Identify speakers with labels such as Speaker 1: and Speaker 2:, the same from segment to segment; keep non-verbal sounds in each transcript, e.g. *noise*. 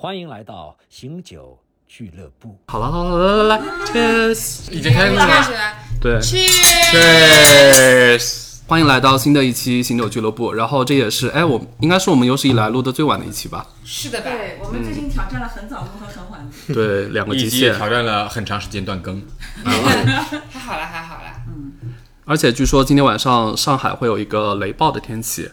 Speaker 1: 欢迎来到醒酒俱乐部。
Speaker 2: 好了好了，来来来，Cheers，已经开始
Speaker 3: 开
Speaker 2: 了。
Speaker 3: 始了
Speaker 2: 对
Speaker 3: ，Cheers！
Speaker 2: 欢迎来到新的一期醒酒俱乐部。然后这也是，哎，我应该是我们有史以来录的最晚的一期
Speaker 4: *laughs*
Speaker 2: 吧？
Speaker 3: 是的吧？
Speaker 5: 对我们最近挑战了很早录和很晚录，
Speaker 2: 对，两个
Speaker 4: 以
Speaker 2: 极
Speaker 4: 及也
Speaker 2: 限。
Speaker 4: 挑战了很长时间断更，
Speaker 3: 还好了，还好了。
Speaker 2: 而且据说今天晚上上海会有一个雷暴的天气，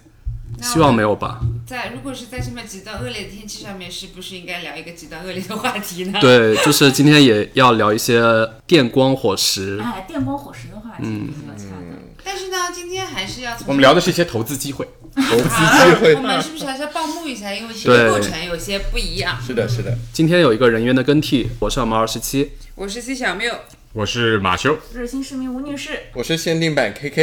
Speaker 3: 那我
Speaker 2: 希望没有吧？
Speaker 3: 在如果是在这么极端恶劣的天气上面，是不是应该聊一个极端恶劣的话题呢？，
Speaker 2: 对，就是今天也要聊一些电光火石。
Speaker 3: 啊
Speaker 5: 哎，电光火石的话题
Speaker 4: 嗯
Speaker 5: 比较恰当。
Speaker 3: 但是呢，今天还是要从
Speaker 4: 我们聊的是一些投资机会。投资
Speaker 3: 啊，我们是不是还是要报幕一下？因为其实
Speaker 2: 对
Speaker 3: 构成有些不一样。
Speaker 4: 是的，是的。
Speaker 2: 今天有一个人员的更替，我是 M 二十七。
Speaker 3: 我是 C 小缪，
Speaker 4: 我是马修，
Speaker 5: 热心市民吴女士，
Speaker 6: 我是限定版 KK，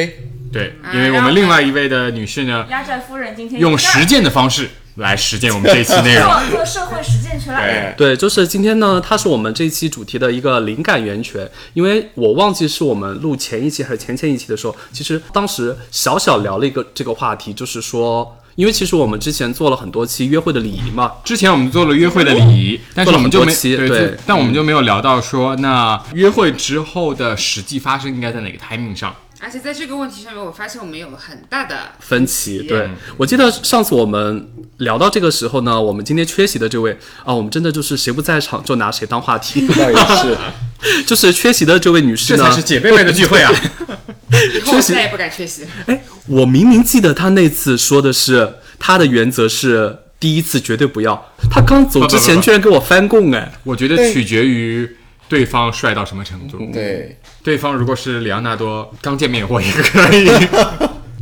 Speaker 4: 对，
Speaker 3: 啊
Speaker 4: 因为我们另外一位的女士呢，
Speaker 5: 压寨夫人今天
Speaker 4: 用实践的方式来实践我们这一期内
Speaker 2: *laughs*
Speaker 4: 容。
Speaker 5: 做做社会实践去了。
Speaker 4: 对，
Speaker 2: 对，就是今天呢，它是我们这一期主题的一个灵感源泉，因为我忘记是我们录前一期还是前前一期的时候，其实当时小小聊了一个这个话题，就是说，因为其实我们之前做了很多期约会的礼仪嘛，
Speaker 4: 之前我们做了约会的礼
Speaker 2: *laughs*
Speaker 4: 仪，但是我们就
Speaker 2: 做了
Speaker 4: 没
Speaker 2: 很多期
Speaker 4: 就
Speaker 2: 对
Speaker 4: 但我们就没有聊到说，那约会之后的实际发生应该在哪个 timing 上？
Speaker 3: 而且在这个问题上面，我发现我们有很大的
Speaker 2: 分歧。对，我记得上次我们聊到这个时候呢，我们今天缺席的这位啊，我们真的就是谁不在场就拿谁当话题，
Speaker 6: 倒也是，
Speaker 2: *laughs* 就是缺席的这位女士
Speaker 4: 这
Speaker 2: 呢
Speaker 4: 才，是姐妹们的聚会啊！
Speaker 3: 以后我
Speaker 2: 实
Speaker 3: 再也不敢缺席了。
Speaker 2: 我明明记得她那次说的是她的原则是第一次绝对不要，她刚走之
Speaker 4: 不不
Speaker 2: 前
Speaker 4: 不
Speaker 2: 居然给我翻供哎。
Speaker 4: *laughs* 我觉得取决于对方帅到什么程度。
Speaker 6: 对，
Speaker 4: 对方如果是里昂纳多，刚见面我也可以。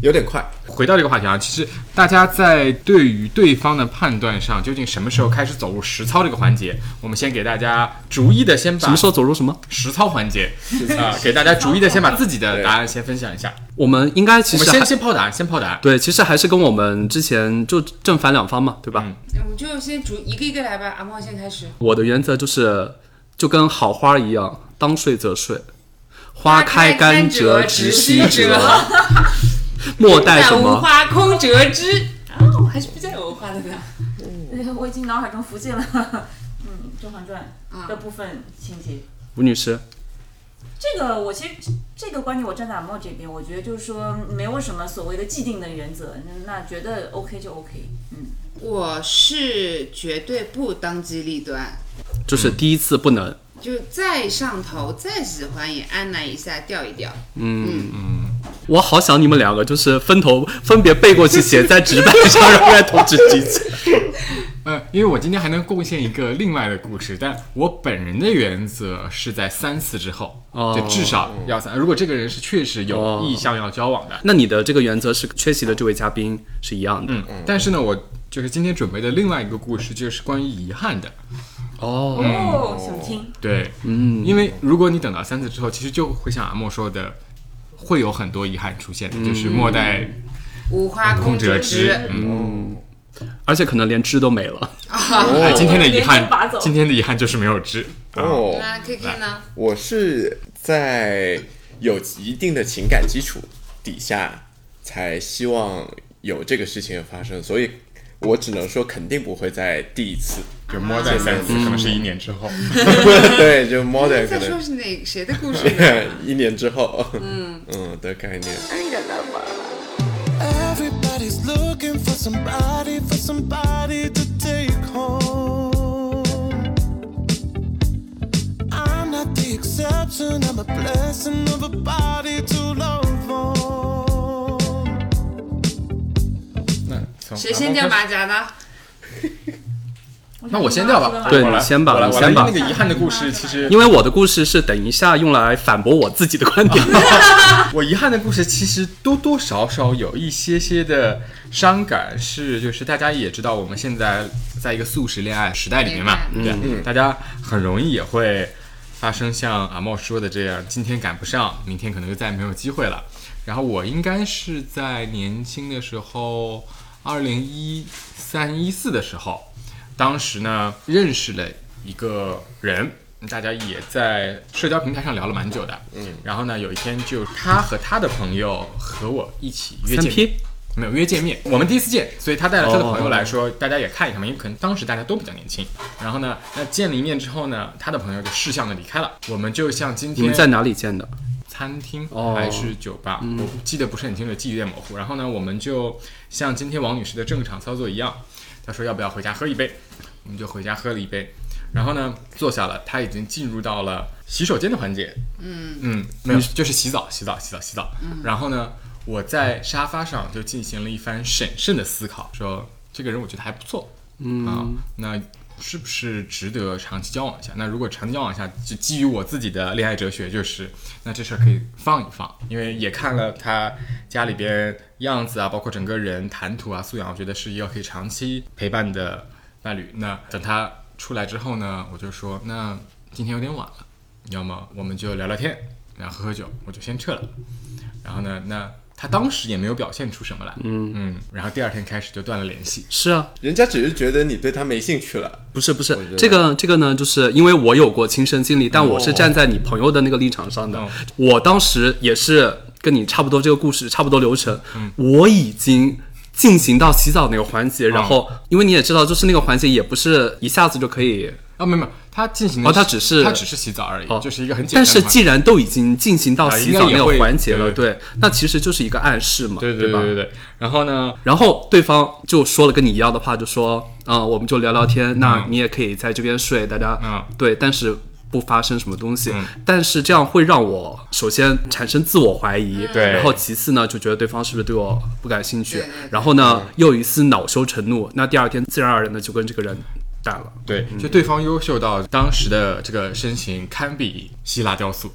Speaker 6: 有点快，
Speaker 4: 回到这个话题啊，其实大家在对于对方的判断上，究竟什么时候开始走入实操这个环节？我们先给大家逐一的先
Speaker 2: 什
Speaker 4: 把
Speaker 2: 么时候走入什么？
Speaker 4: 实操环 *laughs* 节啊、给大家逐一的先把自己的答案先分享一下。
Speaker 2: 我们应该其
Speaker 4: 我们
Speaker 2: 实还
Speaker 4: 先先抛答案，先抛答案。
Speaker 2: 对，其实还是跟我们之前就正反两方嘛，对吧？
Speaker 4: 嗯
Speaker 3: 我们就先逐一个一个来吧，阿茂先开始。
Speaker 2: 我的原则就是，就跟好花一样，当睡则睡，花开甘
Speaker 3: 花开甘
Speaker 2: 直
Speaker 3: 直
Speaker 2: 须
Speaker 3: 须
Speaker 2: 折 *laughs*
Speaker 3: 折，
Speaker 2: 莫待什
Speaker 3: 无
Speaker 2: 么。
Speaker 3: 花空折枝。啊，我还是比较有文化的呢。
Speaker 5: 对， *laughs* 我已经脑海中浮现了，嗯，《甄嬛传》的部分情节。
Speaker 2: 吴女士，
Speaker 5: 这个我其实这个观点我站在阿莫这边，我觉得就是说没有什么所谓的既定的原则，那觉得 OK 就 OK。嗯，
Speaker 3: 我是绝对不当机立断，
Speaker 2: 就是第一次不能，
Speaker 3: 就再上头，再喜欢也按捺一下，调一调。
Speaker 2: 我好想你们两个就是分头分别背过去写在纸板上，然后再投掷几次。
Speaker 4: 呃，因为我今天还能贡献一个另外的故事，但我本人的原则是在三次之后，
Speaker 2: 哦
Speaker 4: 就至少要三。如果这个人是确实有意向要交往的，
Speaker 2: 那你的这个原则是缺席的这位嘉宾是一样的、
Speaker 4: 嗯，但是呢，我就是今天准备的另外一个故事，就是关于遗憾的。
Speaker 2: 哦。
Speaker 5: 哦，想听。
Speaker 4: 对，嗯，因为如果你等到三次之后，其实就会像阿莫说的，会有很多遗憾出
Speaker 2: 嗯
Speaker 4: 现，就是末代
Speaker 3: 无花空
Speaker 4: 空折枝
Speaker 3: 枝，。
Speaker 4: 嗯，
Speaker 2: 而且可能连枝都没了。哦
Speaker 4: 哎今天的遗
Speaker 5: 连枝拔
Speaker 4: 憾
Speaker 5: 走，
Speaker 4: 今天的遗憾就是没有枝。
Speaker 6: 哦，
Speaker 3: 那 K K 呢？
Speaker 6: 我是在有一定的情感基础底下，才希望有这个事情发生，所以我只能说肯定不会在第一
Speaker 4: *laughs*
Speaker 6: 次，
Speaker 4: 就末代三次，可能是一年之后。
Speaker 6: 对，就 modern 可
Speaker 3: 在说
Speaker 6: 能
Speaker 3: 是哪谁的故事呢？
Speaker 6: *laughs* 一年之后，嗯嗯的概念，
Speaker 7: Everybody's looking for somebody, for somebody to take home. I'm not the exception, I'm a blessing of a body to love on.
Speaker 2: 嗯
Speaker 4: *laughs* 那从
Speaker 3: 谁先掉马甲呢？
Speaker 4: 那我先掉
Speaker 5: 嗯
Speaker 4: 吧，
Speaker 2: 对
Speaker 4: 我来
Speaker 2: 你先吧
Speaker 4: 我来
Speaker 2: 你
Speaker 4: 我来
Speaker 2: 先吧
Speaker 4: 那个遗憾的故事，其实
Speaker 2: 因为我的故事是等一下用来反驳我自己的观 *laughs* 点。
Speaker 4: 我遗憾的故事其实多多少少有一些些的伤感，是就是大家也知道，我们现在在一个素食恋爱时代里面嘛，对，大家很容易也会发生像阿茂说的这样，今天赶不上，明天可能就再也没有机会了。然后我应该是在年轻的时候，二零一三一四的时候，当时呢认识了一个人，大家也在社交平台上聊了蛮久的。嗯，然后呢，有一天就他和他的朋友和我一起约
Speaker 2: 三
Speaker 4: 见
Speaker 2: P，
Speaker 4: 面，没有约见面，我们第一次见，所以他带了他的朋友来说，大家也看一看嘛，因为可能当时大家都比较年轻。然后呢，那见了一面之后呢，他的朋友就识相的离开了。我们就像今
Speaker 2: 你
Speaker 4: 天
Speaker 2: 们在哪里见的？
Speaker 4: 餐厅
Speaker 2: 哦
Speaker 4: 还是酒吧，我记得不是很清楚，记忆有点模糊。然后呢，我们就像今天王女士的正常操作一样，她说要不要回家喝一杯，我们就回家喝了一杯。然后呢，坐下了，她已经进入到了洗手间的环节。嗯嗯，没有，就是洗澡，洗澡，洗澡，洗澡。然后呢，我在沙发上就进行了一番审慎的思考，说这个人我觉得还不错。嗯啊，那是不是值得长期交往一下？那如果长期交往一下，就基于我自己的恋爱哲学，就是那这事儿可以放一放，因为也看了他家里边样子啊，包括整个人谈吐啊、素养，我觉得是一个可以长期陪伴的伴侣。那等他出来之后呢，我就说，那今天有点晚了，要么我们就聊聊天，然后喝喝酒，我就先撤了。然后呢，那他当时也没有表现出什么来，嗯嗯，然后第二天开始就断了联系。
Speaker 2: 是啊，
Speaker 6: 人家只是觉得你对他没兴趣了，
Speaker 2: 不是不哦是
Speaker 6: 觉，得
Speaker 2: 这个这个呢，就是因为我有过亲身经历，但我是站在你朋友的那个立场上的。
Speaker 4: 哦
Speaker 2: 我当时也是跟你差不多这个故事，差不多流程，我已经。进行到洗澡那个环节，然后因为你也知道，就是那个环节也不是一下子就可以，
Speaker 4: 啊，没有没有，他进行的
Speaker 2: 哦他只是
Speaker 4: 他只是洗澡而已，
Speaker 2: 哦
Speaker 4: 就是一个很简单
Speaker 2: 但
Speaker 4: 的
Speaker 2: 是
Speaker 4: 环节。
Speaker 2: 既然都已经进行到
Speaker 4: 啊
Speaker 2: 洗
Speaker 4: 应该
Speaker 2: 澡
Speaker 4: 也
Speaker 2: 那个
Speaker 4: 会
Speaker 2: 环节了，
Speaker 4: 对
Speaker 2: 对，那其实就是一个暗示嘛，
Speaker 4: 对对
Speaker 2: 吧？
Speaker 4: 对对对，然后呢，
Speaker 2: 然后对方就说了跟你一样的话，就说，啊、我们就聊聊天，那你也可以在这边睡，大家，
Speaker 4: 嗯
Speaker 2: 对，但是不发生什么东西，但是这样会让我首先产生自我怀疑，
Speaker 4: 对
Speaker 2: 然后其次呢，就觉得对方是不是对我不感兴趣
Speaker 3: 对对对，
Speaker 2: 然后呢，又有一丝恼羞成怒，那第二天自然而然的就跟这个人淡了。
Speaker 4: 对，就对方优秀到当时的这个身形堪比希腊雕塑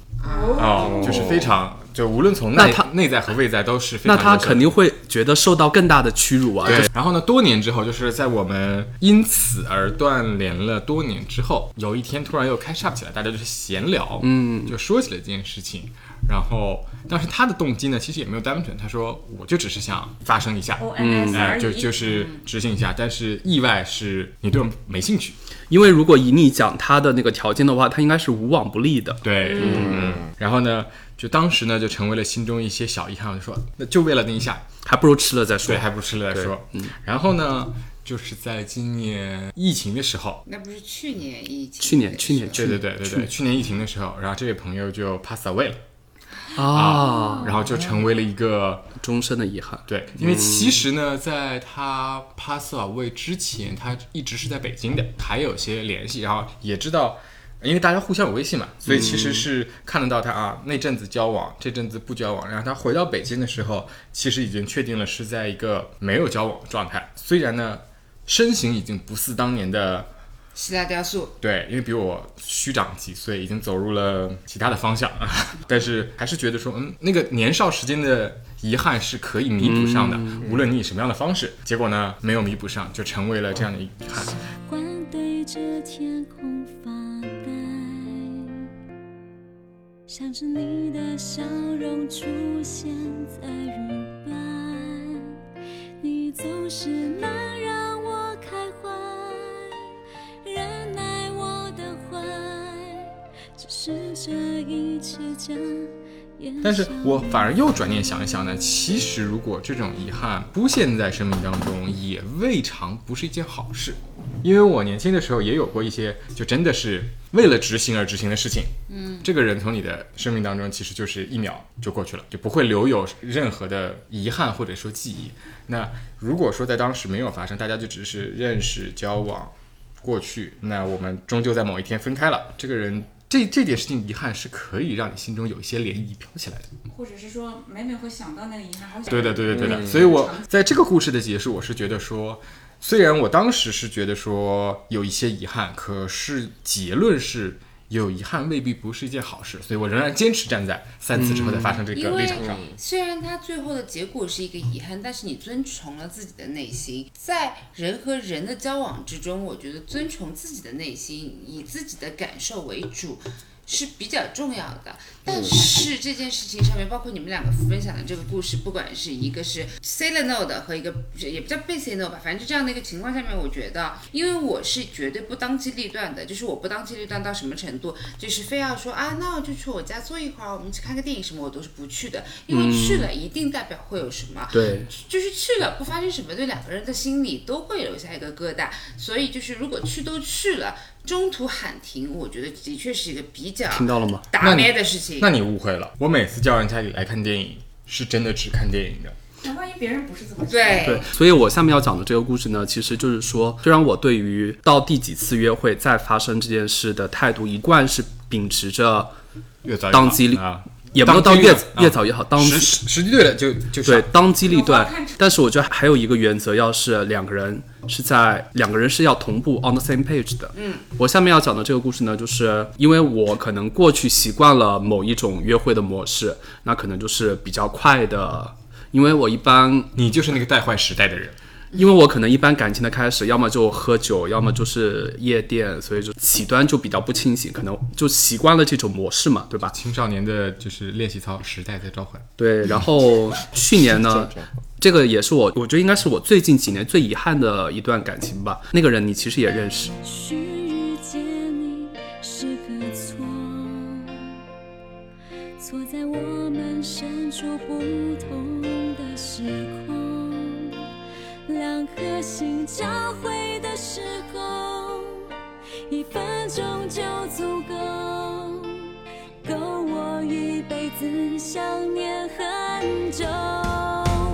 Speaker 4: 哦，就是非常就无论从
Speaker 2: 那
Speaker 4: 内
Speaker 2: 他
Speaker 4: 内在和外在都是非
Speaker 2: 那
Speaker 4: 常
Speaker 2: 他
Speaker 4: 优秀的
Speaker 2: 肯定会觉得受到更大的屈辱啊！
Speaker 4: 对。然后呢，多年之后，就是在我们因此而断联了多年之后，有一天突然又开 shop 起来，大家就是闲聊，嗯，就说起了这件事情。然后当时他的动机呢，其实也没有单纯，他说我就只是想发生一下，
Speaker 5: OMS
Speaker 4: 哎，
Speaker 5: 而
Speaker 4: 就
Speaker 5: 已
Speaker 4: 就是执行一下，但是意外是你对我没兴趣，
Speaker 2: 因为如果以你讲他的那个条件的话，他应该是无往不利的。
Speaker 4: 对，嗯，然后呢，就当时呢就成为了心中一些小遗憾，我就说那就为了那一下，
Speaker 2: 还不如吃了再说
Speaker 4: 对，。嗯还不吃了再说，然后呢，就是在今年疫情的时候，
Speaker 3: 那不是去年疫情？
Speaker 2: 去年去年
Speaker 4: 对对对对对，去年疫情的时候，然后这位朋友就 pass away 了，
Speaker 2: 啊，
Speaker 4: 然后就成为了一个
Speaker 2: 终身的遗憾。
Speaker 4: 对，因为其实呢，在他 pass away 之前，他一直是在北京的，还有些联系，然后也知道。因为大家互相有微信嘛，所以其实是看得到他啊。那阵子交往，这阵子不交往。然后他回到北京的时候，其实已经确定了是在一个没有交往的状态。虽然呢，身形已经不似当年的
Speaker 3: 希腊雕塑，
Speaker 4: 对，因为比我虚长几岁，已经走入了其他的方向， *laughs* 但是还是觉得说，嗯，那个年少时间的遗憾是可以弥补上的，无论你以什么样的方式。结果呢，没有弥补上，就成为了这样的遗憾。
Speaker 8: 关对着天空发呆，想着你的笑容出现在日白，你总是能让我开怀，忍耐我的坏，只是这一切将也
Speaker 4: 但是
Speaker 8: 相
Speaker 4: 我反而又转念想一想呢，其实如果这种遗憾出现在生命当中，也未尝不是一件好事。因为我年轻的时候也有过一些，就真的是为了执行而执行的事情。嗯，这个人从你的生命当中其实就是一秒就过去了，就不会留有任何的遗憾或者说记忆。那如果说在当时没有发生，大家就只是认识、交往、过去，那我们终究在某一天分开了。这个人，这这件事情遗憾是可以让你心中有一些涟漪飘起来的。
Speaker 5: 或者是说每每会想到那个遗憾，好想
Speaker 4: 对的，对的，对的。嗯所以我在这个故事的结束，我是觉得说，虽然我当时是觉得说有一些遗憾，可是结论是有遗憾未必不是一件好事，所以我仍然坚持站在三次之后再发生这
Speaker 3: 因
Speaker 4: 个立
Speaker 3: 为
Speaker 4: 场上。
Speaker 3: 虽然它最后的结果是一个遗憾，但是你遵从了自己的内心，在人和人的交往之中，我觉得遵从自己的内心，以自己的感受为主。是比较重要的。
Speaker 4: 嗯
Speaker 3: 但是这件事情上面，包括你们两个分享的这个故事，不管是一个是 say 了 no 的和一个也不叫被 say no 吧，反正就这样的一个情况下面，我觉得，因为我是绝对不当机立断的，就是我不当机立断到什么程度，就是非要说啊，那我就去我家坐一会儿，我们去看个电影什么，我都是不去的，因为去了一定代表会有什么，
Speaker 2: 对，
Speaker 3: 就是去了不发生什么，对两个人的心里都会留下一个疙瘩。所以就是如果去都去了，中途喊停，我觉得的确是一个比较
Speaker 2: 听到了吗？
Speaker 3: 打咩的事情。
Speaker 4: 那你误会了，我每次叫人家来看电影，是真的只看电影的。
Speaker 5: 那万一别人不是这么想，
Speaker 3: 对，
Speaker 2: 所以我下面要讲的这个故事呢，其实就是说，虽然我对于到第几次约会再发生这件事的态度，一贯是秉持着
Speaker 4: 越早越好
Speaker 2: 当机立
Speaker 4: 啊，
Speaker 2: 也不能到越
Speaker 4: 当啊机立
Speaker 2: 越早越好，当
Speaker 4: 时时时机对了就就上
Speaker 2: 对当机立断
Speaker 5: 有话看。
Speaker 2: 但是我觉得还有一个原则，要是两个人是在两个人是要同步 on the same page 的。嗯，我下面要讲的这个故事呢，就是因为我可能过去习惯了某一种约会的模式，那可能就是比较快的，因为我一般
Speaker 4: 你就是那个带坏时代的人。
Speaker 2: 因为我可能一般感情的开始，要么就喝酒，要么就是夜店，所以就起端就比较不清醒，可能就习惯了这种模式嘛，对吧？
Speaker 4: 青少年的就是练习操，时代在召唤。
Speaker 2: 对， *laughs* 然后去年呢，这个也是我，我觉得应该是我最近几年最遗憾的一段感情吧。那个人你其实也认识，
Speaker 8: 许遇见你是个错，错在我们身处不同的时空，两颗心交汇的时候，一分钟就足够，够我一辈子想念很久。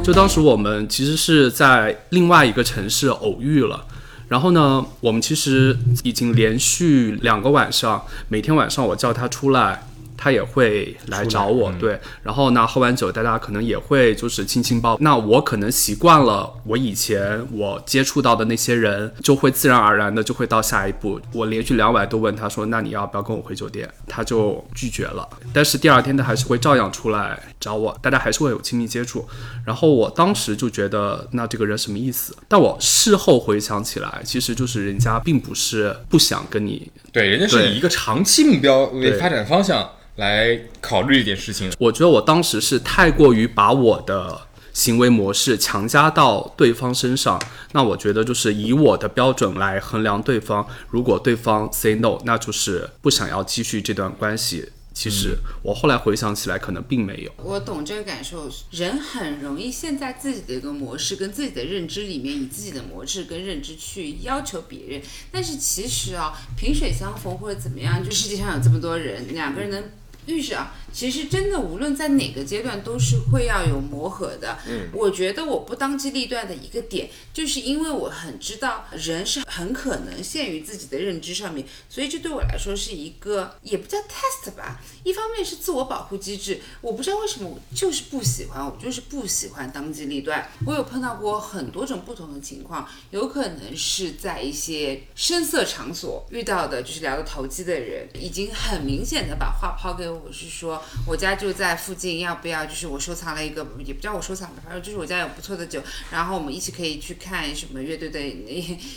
Speaker 2: 就当时我们其实是在另外一个城市偶遇了。然后呢，我们其实已经连续两个晚上，每天晚上我叫他出来，他也会来找我。对，然后呢，喝完酒，大家可能也会就是亲亲抱。那我可能习惯了，我以前我接触到的那些人，就会自然而然的就会到下一步。我连续两晚都问他说：“那你要不要跟我回酒店？”他就拒绝了。但是第二天他还是会照样出来找我，大家还是会有亲密接触。然后我当时就觉得，那这个人什么意思？但我事后回想起来，其实就是人家并不是不想跟你。
Speaker 4: 对，人家
Speaker 2: 对
Speaker 4: 是以一个长期目标为
Speaker 2: 对
Speaker 4: 发展方向来考虑一件事情的。
Speaker 2: 我觉得我当时是太过于把我的行为模式强加到对方身上。那我觉得就是以我的标准来衡量对方，如果对方 say no，那就是不想要继续这段关系。其实
Speaker 4: 嗯
Speaker 2: 我后来回想起来，可能并没有。
Speaker 3: 我懂这个感受，人很容易陷在自己的一个模式跟自己的认知里面，以自己的模式跟认知去要求别人。但是其实啊、萍水相逢或者怎么样，就世界上有这么多人，两个人能遇上，其实真的无论在哪个阶段都是会要有磨合的。嗯，我觉得我不当机立断的一个点，就是因为我很知道人是很可能限于自己的认知上面，所以这对我来说是一个也不叫 test 吧，一方面是自我保护机制，我不知道为什么我就是不喜欢，我就是不喜欢当机立断。我有碰到过很多种不同的情况，有可能是在一些声色场所遇到的，就是聊得投机的人，已经很明显的把话抛给我，是说我家就在附近，要不要？就是我收藏了一个，也不叫我收藏吧，反正就是我家有不错的酒，然后我们一起可以去看什么乐队的，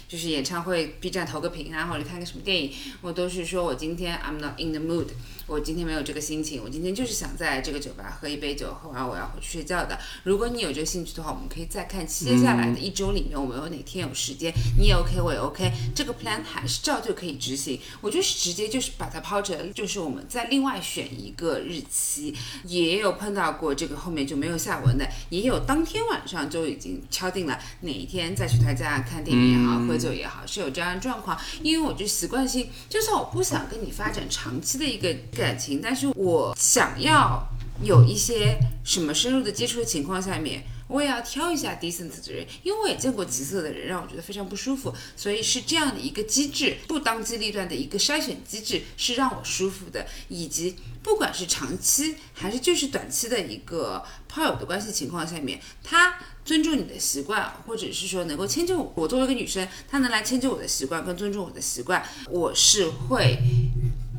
Speaker 3: 就是演唱会，B 站投个屏啊，或者看个什么电影，我都是说我今天 I'm not in the mood，我今天没有这个心情，我今天就是想在这个酒吧喝一杯酒，喝完我要回去睡觉的。如果你有这个兴趣的话，我们可以再看接下来的一周里面，我们有哪天有时间，你也 OK，我也 OK，这个 plan 还是照旧可以执行。我就是直接就是把它抛成，就是我们再另外选一个日期，也有碰到过这个后面就没有下文的，也有当天晚上就已经敲定了哪一天再去他家看电影也好，喝酒也好，是有这样的状况。因为我就习惯性，就算我不想跟你发展长期的一个感情，但是我想要有一些什么深入的接触的情况下面。我也要挑一下 decent 的人，因为我也见过急色的人，让我觉得非常不舒服，所以是这样的一个机制，不当机立断的一个筛选机制是让我舒服的，以及不管是长期还是就是短期的一个炮友的关系情况下面，他尊重你的习惯，或者是说能够迁就我，我作为一个女生，她能来迁就我的习惯跟尊重我的习惯，我是会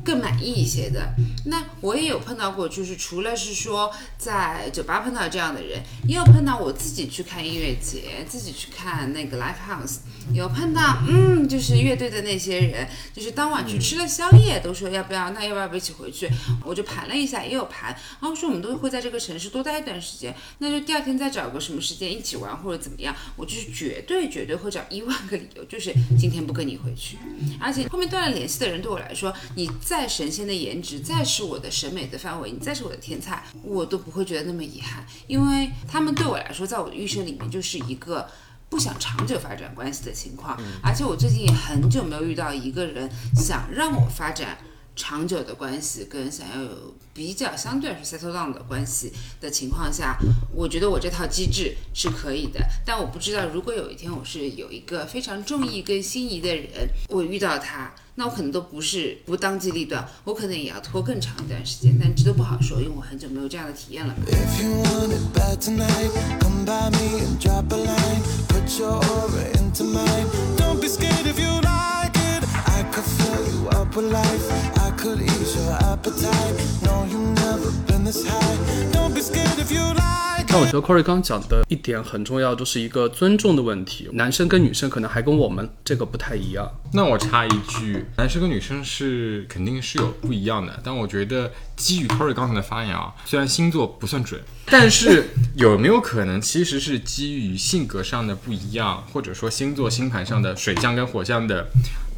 Speaker 3: 更满意一些的。那我也有碰到过，就是除了是说在酒吧碰到这样的人，也有碰到我自己去看音乐节，自己去看那个 live house，有碰到嗯，就是乐队的那些人，就是当晚去吃了宵夜，都说要不要，那要不要一起回去？我就盘了一下，也有盘，然后说我们都会在这个城市多待一段时间，那就第二天再找个什么时间一起玩或者怎么样，我就是绝对绝对会找一万个理由，就是今天不跟你回去。而且后面断了联系的人对我来说，你再神仙的颜值，再是我的审美的范围，你再是我的天菜，我都不会觉得那么遗憾，因为他们对我来说，在我的预设里面就是一个。不想长久发展关系的情况，而且我最近也很久没有遇到一个人想让我发展长久的关系，跟想要有比较相对来说 settle down 的关系的情况下，我觉得我这套机制是可以的。但我不知道，如果有一天我是有一个非常中意跟心仪的人，我遇到他，那我可能都不是不当机立断，我可能也要拖更长一段时间，但这都不好说，因为我很久没有这样的体验了嘛。
Speaker 7: If you want it bad tonight, come by me and drop a line. Put your aura into mine. Don't be scared if you like it. I could fill you up with life. I could ease your appetite. No, you've never been this high. Don't be scared if you like
Speaker 2: 但我觉得 Corey 刚刚讲的一点很重要，就是一个尊重的问题。男生跟女生可能还跟我们这个不太一样。
Speaker 4: 那我插一句，男生跟女生是肯定是有不一样的，但我觉得基于 Tory 刚才的发言啊，虽然星座不算准，但 *laughs* 是有没有可能其实是基于性格上的不一样，或者说星座星盘上的水象跟火象的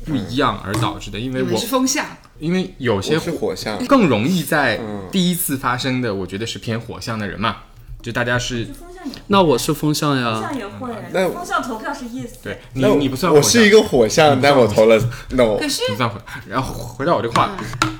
Speaker 4: 不一样而导致的？因为
Speaker 3: 你们
Speaker 4: 哎我
Speaker 3: 是风向，
Speaker 4: 因为有些
Speaker 6: 我是火象
Speaker 4: 更容易在第一次发生的，我觉得是偏火象的人嘛，就大家是
Speaker 5: 就风向也
Speaker 2: 那我是风象
Speaker 5: 风
Speaker 2: 呀，
Speaker 5: 向也会，
Speaker 6: 那我
Speaker 5: 风向投票是 yes。
Speaker 4: 嗯对你
Speaker 6: 那我
Speaker 4: 你不算火
Speaker 6: 我
Speaker 4: 象
Speaker 6: 是一个火象，但我投了 no。
Speaker 3: 可是
Speaker 4: 不算回。然后回到我这个话，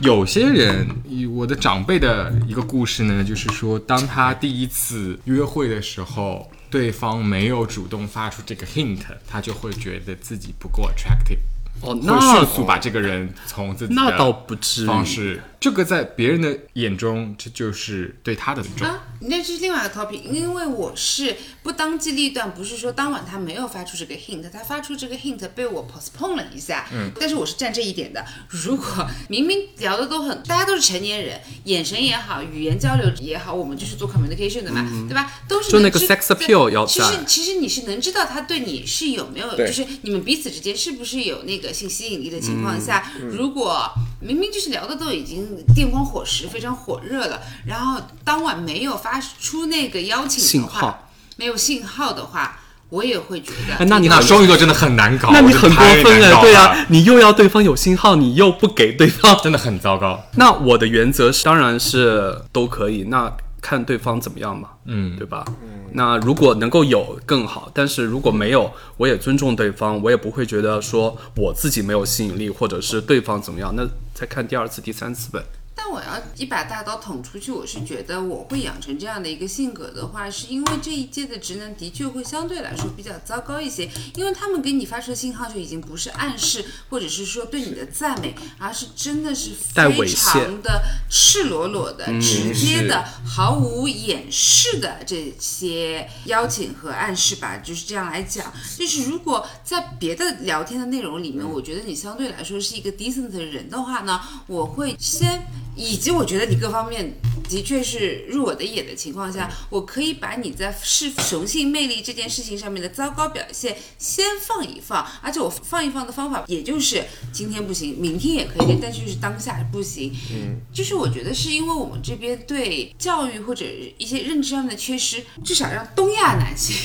Speaker 4: 有些人，以我的长辈的一个故事呢，就是说，当他第一次约会的时候，对方没有主动发出这个 hint，他就会觉得自己不够 attractive。
Speaker 2: 哦，
Speaker 4: 会
Speaker 2: 那
Speaker 4: 迅速把这个人从自己
Speaker 2: 那
Speaker 4: 的
Speaker 2: 倒不至于
Speaker 4: 方式，这个在别人的眼中，这就是对他的尊重。
Speaker 3: 啊，那是另外一个 topic，因为我是不当机立断，不是说当晚他没有发出这个 hint，他发出这个 hint 被我 postpone 了一下，嗯，但是我是站这一点的。如果明明聊的都很，大家都是成年人，眼神也好，语言交流也好，我们就是做 communication 的嘛，对吧？都是
Speaker 2: 嗯就那
Speaker 3: 能
Speaker 2: 个
Speaker 3: 知
Speaker 2: sex
Speaker 3: 对
Speaker 2: appeal 要
Speaker 3: 其实
Speaker 2: 在
Speaker 3: 其实你是能知道他对你是有没有，
Speaker 6: 对
Speaker 3: 就是你们彼此之间是不是有那个性吸引力的情况下，
Speaker 2: 嗯
Speaker 3: 如果明明就是聊的都已经电光火石、非常火热了，然后当晚没有发出那个邀请
Speaker 2: 信
Speaker 3: 的话，
Speaker 2: 号
Speaker 3: 没有信号的话，我也会觉得，
Speaker 2: 哎那你
Speaker 4: 那
Speaker 2: 很
Speaker 4: 双鱼座真的很难搞，
Speaker 2: 那你很过分
Speaker 4: 哎
Speaker 2: 哎，，对呀、你又要对方有信号，你又不给对方， *laughs*
Speaker 4: 真的很糟糕。
Speaker 2: 那我的原则是，当然是都可以，那看对方怎么样嘛，
Speaker 4: 嗯
Speaker 2: 对吧？那如果能够有更好，但是如果没有，我也尊重对方，我也不会觉得说我自己没有吸引力，或者是对方怎么样，那再看第二次、第三次呗。
Speaker 3: 但我要一把大刀捅出去，我是觉得我会养成这样的一个性格的话，是因为这一届的直男的确会相对来说比较糟糕一些，因为他们给你发出的信号就已经不是暗示，或者是说对你的赞美，而是真的是
Speaker 2: 带猥
Speaker 3: 非
Speaker 2: 亵
Speaker 3: 常的赤裸裸的、直接的、毫无掩饰的这些邀请和暗示吧，就是这样来讲。就是如果在别的聊天的内容里面，我觉得你相对来说是一个 decent 的人的话呢，我会先，以及我觉得你各方面的确是入我的眼的情况下，我可以把你在是雄性魅力这件事情上面的糟糕表现先放一放，而且我放一放的方法，也就是今天不行，明天也可以，但是就是当下不行。嗯，就是我觉得是因为我们这边对教育或者一些认知上的缺失，至少让东亚男性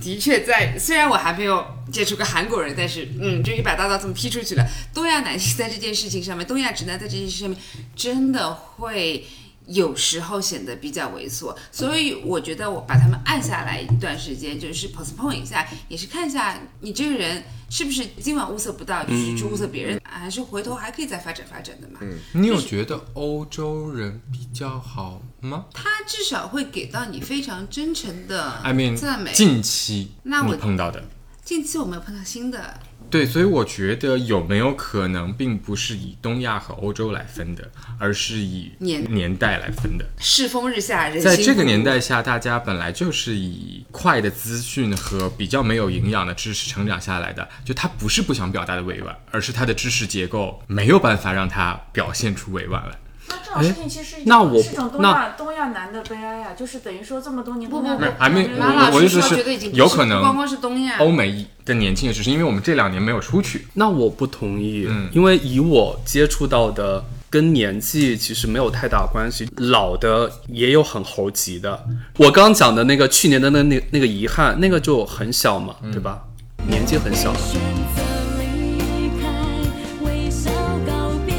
Speaker 3: 的确在，虽然我还没有接触过韩国人，但是嗯，就一把大刀这么劈出去了。东亚男性在这件事情上面，东亚直男在这件事上面，真的会。有时候显得比较猥琐，所以我觉得我把他们按下来一段时间，就是 postpone 一下，也是看一下你这个人是不是今晚物色不到，就是去物色别人，还是回头还可以再发展发展的嘛。
Speaker 4: 你有觉得欧洲人比较好吗？
Speaker 3: 他至少会给到你非常真诚的
Speaker 4: I mean，
Speaker 3: 赞美。
Speaker 4: 近期
Speaker 3: 那我
Speaker 4: 你碰到的，
Speaker 3: 近期我们有碰到新的，
Speaker 4: 对，所以我觉得有没有可能，并不是以东亚和欧洲来分的，而是以
Speaker 3: 年
Speaker 4: 年代来分的。
Speaker 3: 世风日下，人心
Speaker 4: 在这个
Speaker 3: 不古
Speaker 4: 年代下，大家本来就是以快的资讯和比较没有营养的知识成长下来的，就他不是不想表达的委婉，而是他的知识结构没有办法让他表现出委婉来。
Speaker 5: 那这种事情其实
Speaker 2: 哎那我
Speaker 5: 是种东亚东亚男的悲哀啊，就是等于说这么多年
Speaker 3: 不
Speaker 5: 东亚
Speaker 3: 不
Speaker 5: 男
Speaker 3: 不
Speaker 4: 还没，
Speaker 3: 拉老
Speaker 4: 我
Speaker 3: 师
Speaker 4: 我意思
Speaker 3: 说
Speaker 4: 是
Speaker 3: 觉得已经，不
Speaker 4: 有
Speaker 3: 是
Speaker 4: 可
Speaker 3: 不
Speaker 4: 能
Speaker 3: 光光是东亚
Speaker 4: 欧美的年轻人，只是因为我们这两年没有出去，
Speaker 2: 那我不同意，因为以我接触到的，跟年纪其实没有太大关系，老的也有很猴急的。我刚讲的那个去年的那那那个遗憾，那个就很小嘛，对吧？年纪很小了。
Speaker 8: 选择离开，微笑告别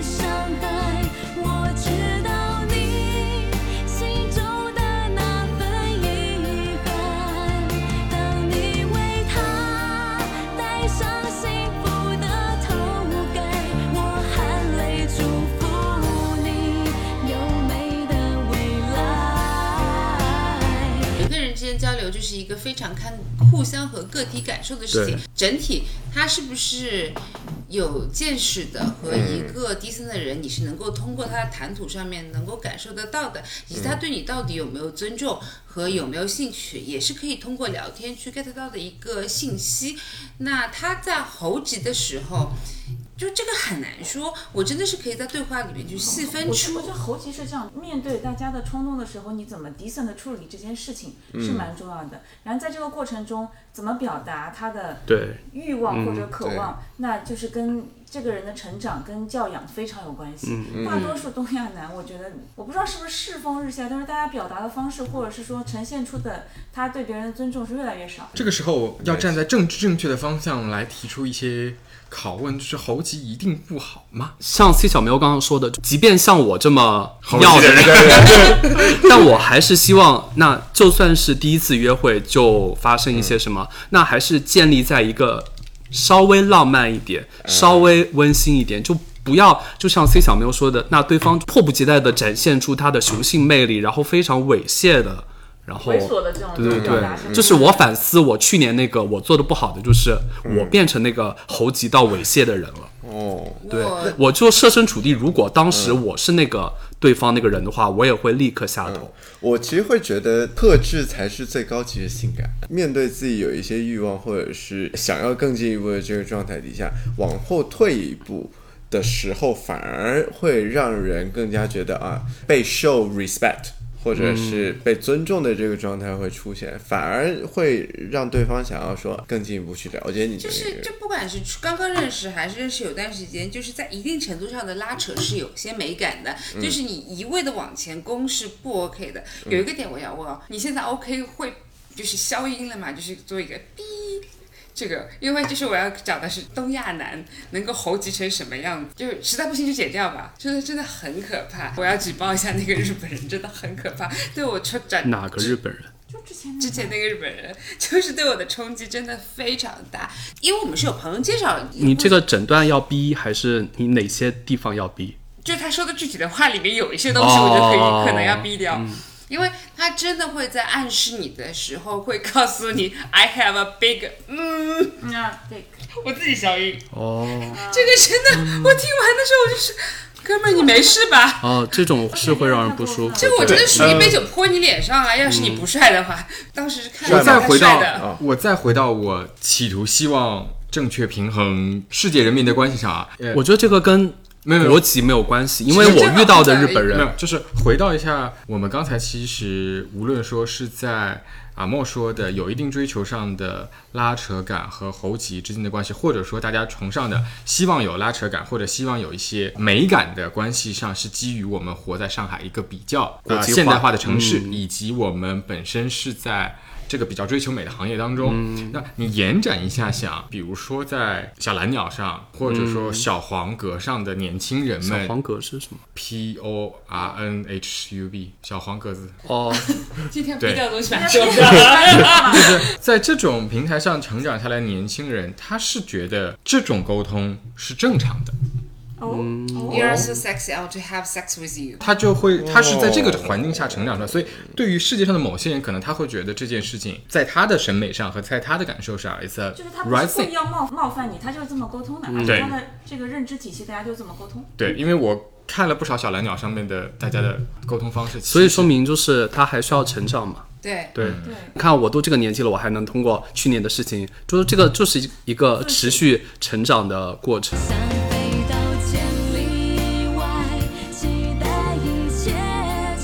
Speaker 8: 伤害。我知道你心中的那份遗憾，当你为他戴上幸福的头盖，我含泪祝福你优美的未来。
Speaker 3: 人跟人之间交流就是一个非常看互相和个体感受的事情
Speaker 2: 对。
Speaker 3: 整体他是不是有见识的和
Speaker 5: 嗯
Speaker 3: 一个 decent 的人，你是能够通过他的谈吐上面能够感受得到的，以及他对你到底有没有尊重和有没有兴趣，也是可以通过聊天去 get 到的一个信息。那他在猴急的时候。就这个很难说，我真的是可以在对话里面去细分
Speaker 5: 我
Speaker 3: 出
Speaker 5: 觉我觉得猴急是这样，面对大家的冲动的时候，你怎么 decent 的处理这件事情
Speaker 4: 嗯
Speaker 5: 是蛮重要的。然后在这个过程中，怎么表达他的
Speaker 2: 对，
Speaker 5: 欲望或者
Speaker 4: 嗯
Speaker 5: 渴望，那就是跟这个人的成长跟教养非常有关系。
Speaker 4: 嗯
Speaker 5: 大多数东亚男，我觉得我不知道是不是世风日下，但是大家表达的方式或者是说呈现出的他对别人的尊重是越来越少。
Speaker 4: 这个时候要站在政治正确的方向来提出一些拷问，就是猴急一定不好吗？
Speaker 2: 像 C 小喵刚刚说的，即便像我这么
Speaker 4: 猴
Speaker 2: 要
Speaker 4: 急的
Speaker 2: 人，
Speaker 4: 人，
Speaker 2: *laughs* 但我还是希望，那就算是第一次约会就发生一些什么，
Speaker 4: 嗯
Speaker 2: 那还是建立在一个稍微浪漫一点、
Speaker 4: 嗯
Speaker 2: 稍微温馨一点，就不要就像 C 小喵说的，那对方迫不及待的展现出他的雄性魅力，然后非常猥亵的，然后
Speaker 5: 猥琐的这种
Speaker 2: 对对
Speaker 5: 表
Speaker 2: 对
Speaker 5: 达是，不
Speaker 2: 就是我反思我去年那个我做的不好的，就是
Speaker 4: 嗯
Speaker 2: 我变成那个猴急到猥亵的人了。
Speaker 6: 哦，
Speaker 2: 对
Speaker 3: 我，
Speaker 2: 我就设身处地，如果当时
Speaker 4: 嗯
Speaker 2: 我是那个对方那个人的话，我也会立刻下头。
Speaker 6: 我其实会觉得克制才是最高级的性感。面对自己有一些欲望，或者是想要更进一步的这个状态底下，往后退一步的时候，反而会让人更加觉得啊，备受 respect。或者是被尊重的这个状态会出现，反而会让对方想要说更进一步去了解你这
Speaker 3: 就
Speaker 6: 个人。
Speaker 3: 是，就不管是刚刚认识还是认识有段时间，就是在一定程度上的拉扯是有些美感的，
Speaker 2: 嗯
Speaker 3: 就是你一味的往前攻是不 OK 的。有一个点我要问啊，你现在 OK 会就是消音了嘛？就是做一个哔。这个，因为就是我要找的是东亚男能够猴急成什么样子，就是实在不行就剪掉吧，真的真的很可怕。我要举报一下那个日本人，真的很可怕，对我穿展
Speaker 4: 嗯
Speaker 2: 哪个日本人？
Speaker 5: 就之前那个
Speaker 3: 之前那个日本人，就是对我的冲击真的非常大，因为我们是有朋友介绍，
Speaker 2: 你这个诊断要逼，还是你哪些地方要逼？
Speaker 3: 就是他说的具体的话里面有一些东西，我就可以、
Speaker 2: 哦
Speaker 3: 可能要逼掉。因为他真的会在暗示你的时候，会告诉你 "I have a big"，嗯，
Speaker 5: 那对，
Speaker 3: 我自己消音。
Speaker 2: 哦
Speaker 3: 这个真的，我听完的时候我就是，哥们儿你没事吧？
Speaker 2: 哦，这种是会让人不舒服。
Speaker 3: 这个我真的属于一杯酒泼你脸上啊！要是你不帅的话，当时是看
Speaker 4: 我
Speaker 3: 到
Speaker 4: 再
Speaker 3: 他
Speaker 4: 回
Speaker 3: 帅
Speaker 4: 到哦
Speaker 3: 的，
Speaker 4: 我再回到我企图希望正确平衡世界人民的关系上啊，呃
Speaker 2: 我觉得这个跟
Speaker 4: 没有没有
Speaker 2: 逻辑没有关系，因为我遇到的日本
Speaker 4: 没有
Speaker 2: 人，，
Speaker 4: 就是回到一下我们刚才其实无论说是在阿莫说的有一定追求上的拉扯感和猴急之间的关系，或者说大家崇尚的希望有拉扯感或者希望有一些美感的关系上，是基于我们活在上海一个比较
Speaker 2: 国
Speaker 4: 呃
Speaker 2: 际化
Speaker 4: 现代化的城市，
Speaker 2: 嗯
Speaker 4: 以及我们本身是在。这个比较追求美的行业当中，
Speaker 2: 嗯
Speaker 4: 那你延展一下想，比如说在小蓝鸟上，或者说小黄格上的年轻人
Speaker 2: 嗯小
Speaker 4: 们，
Speaker 2: 黄格是什么？
Speaker 4: P O R N H U B 小黄格子，
Speaker 2: 哦，
Speaker 3: 今天
Speaker 4: 对
Speaker 3: 低调的东西蛮 *laughs*
Speaker 5: 这
Speaker 3: 重
Speaker 5: 个
Speaker 3: 要
Speaker 5: 是
Speaker 3: 的。
Speaker 4: 就是在这种平台上成长下来，年轻人他是觉得这种沟通是正常的，
Speaker 5: 哦，
Speaker 2: 嗯
Speaker 5: 哦
Speaker 3: You are so sexy, I want to have sex with you。
Speaker 4: 他就会，
Speaker 2: 哦
Speaker 4: 他是在这个环境下成长出来，所以对于世界上的某些人，可能他会觉得这件事情在他的审美上和在他的感受上，it's a
Speaker 5: 就是他不
Speaker 4: right
Speaker 5: 是故
Speaker 4: thing
Speaker 5: 意。要冒冒犯你，他就是这么沟通的，
Speaker 2: 嗯
Speaker 5: 而
Speaker 4: 对
Speaker 5: 且他的这个认知体系大家就这么沟通。
Speaker 4: 对，因为我看了不少小蓝鸟上面的大家的沟通方式，
Speaker 2: 所以嗯
Speaker 4: 其实
Speaker 2: 说明就是他还需要成长嘛。
Speaker 3: 对，
Speaker 2: 对，
Speaker 5: 对，
Speaker 2: 你看我都这个年纪了，我还能通过去年的事情，就是这个就是一个持续成长的过程。
Speaker 8: 想飞到千里外，期待一切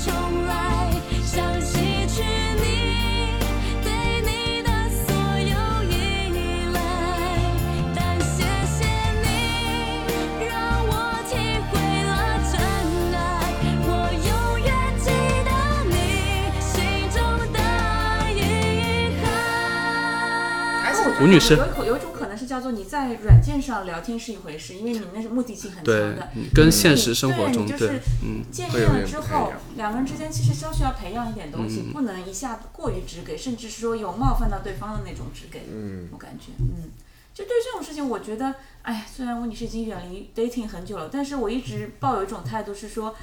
Speaker 8: 重来，想吸取你对你的所有依赖。但谢谢你，让我体会了真爱，我永远记得你心中的遗
Speaker 3: 而且
Speaker 5: 而且我
Speaker 8: 憾。
Speaker 5: 觉得
Speaker 2: 吴女士
Speaker 5: 有一口有一种可能是叫做你在软件上聊天是一回事，因为你那是目的性很强
Speaker 2: 对
Speaker 5: 的，。
Speaker 2: 嗯跟现实生活
Speaker 5: 对
Speaker 2: 中
Speaker 5: 你就
Speaker 2: 对
Speaker 5: 是，
Speaker 2: 嗯，
Speaker 5: 见
Speaker 6: 会有
Speaker 5: 面了
Speaker 6: 点
Speaker 5: 之
Speaker 6: 不太一
Speaker 5: 后
Speaker 6: 样，
Speaker 5: 两个人之间其实都需要培养一点东
Speaker 2: 嗯
Speaker 5: 西，不能一下过于直给，甚至是说有冒犯到对方的那种直给。嗯，我感觉，嗯，就对这种事情，我觉得，哎，虽然我女士已经远离 dating 很久了，但是我一
Speaker 6: 嗯
Speaker 5: 直抱有一种态度是说，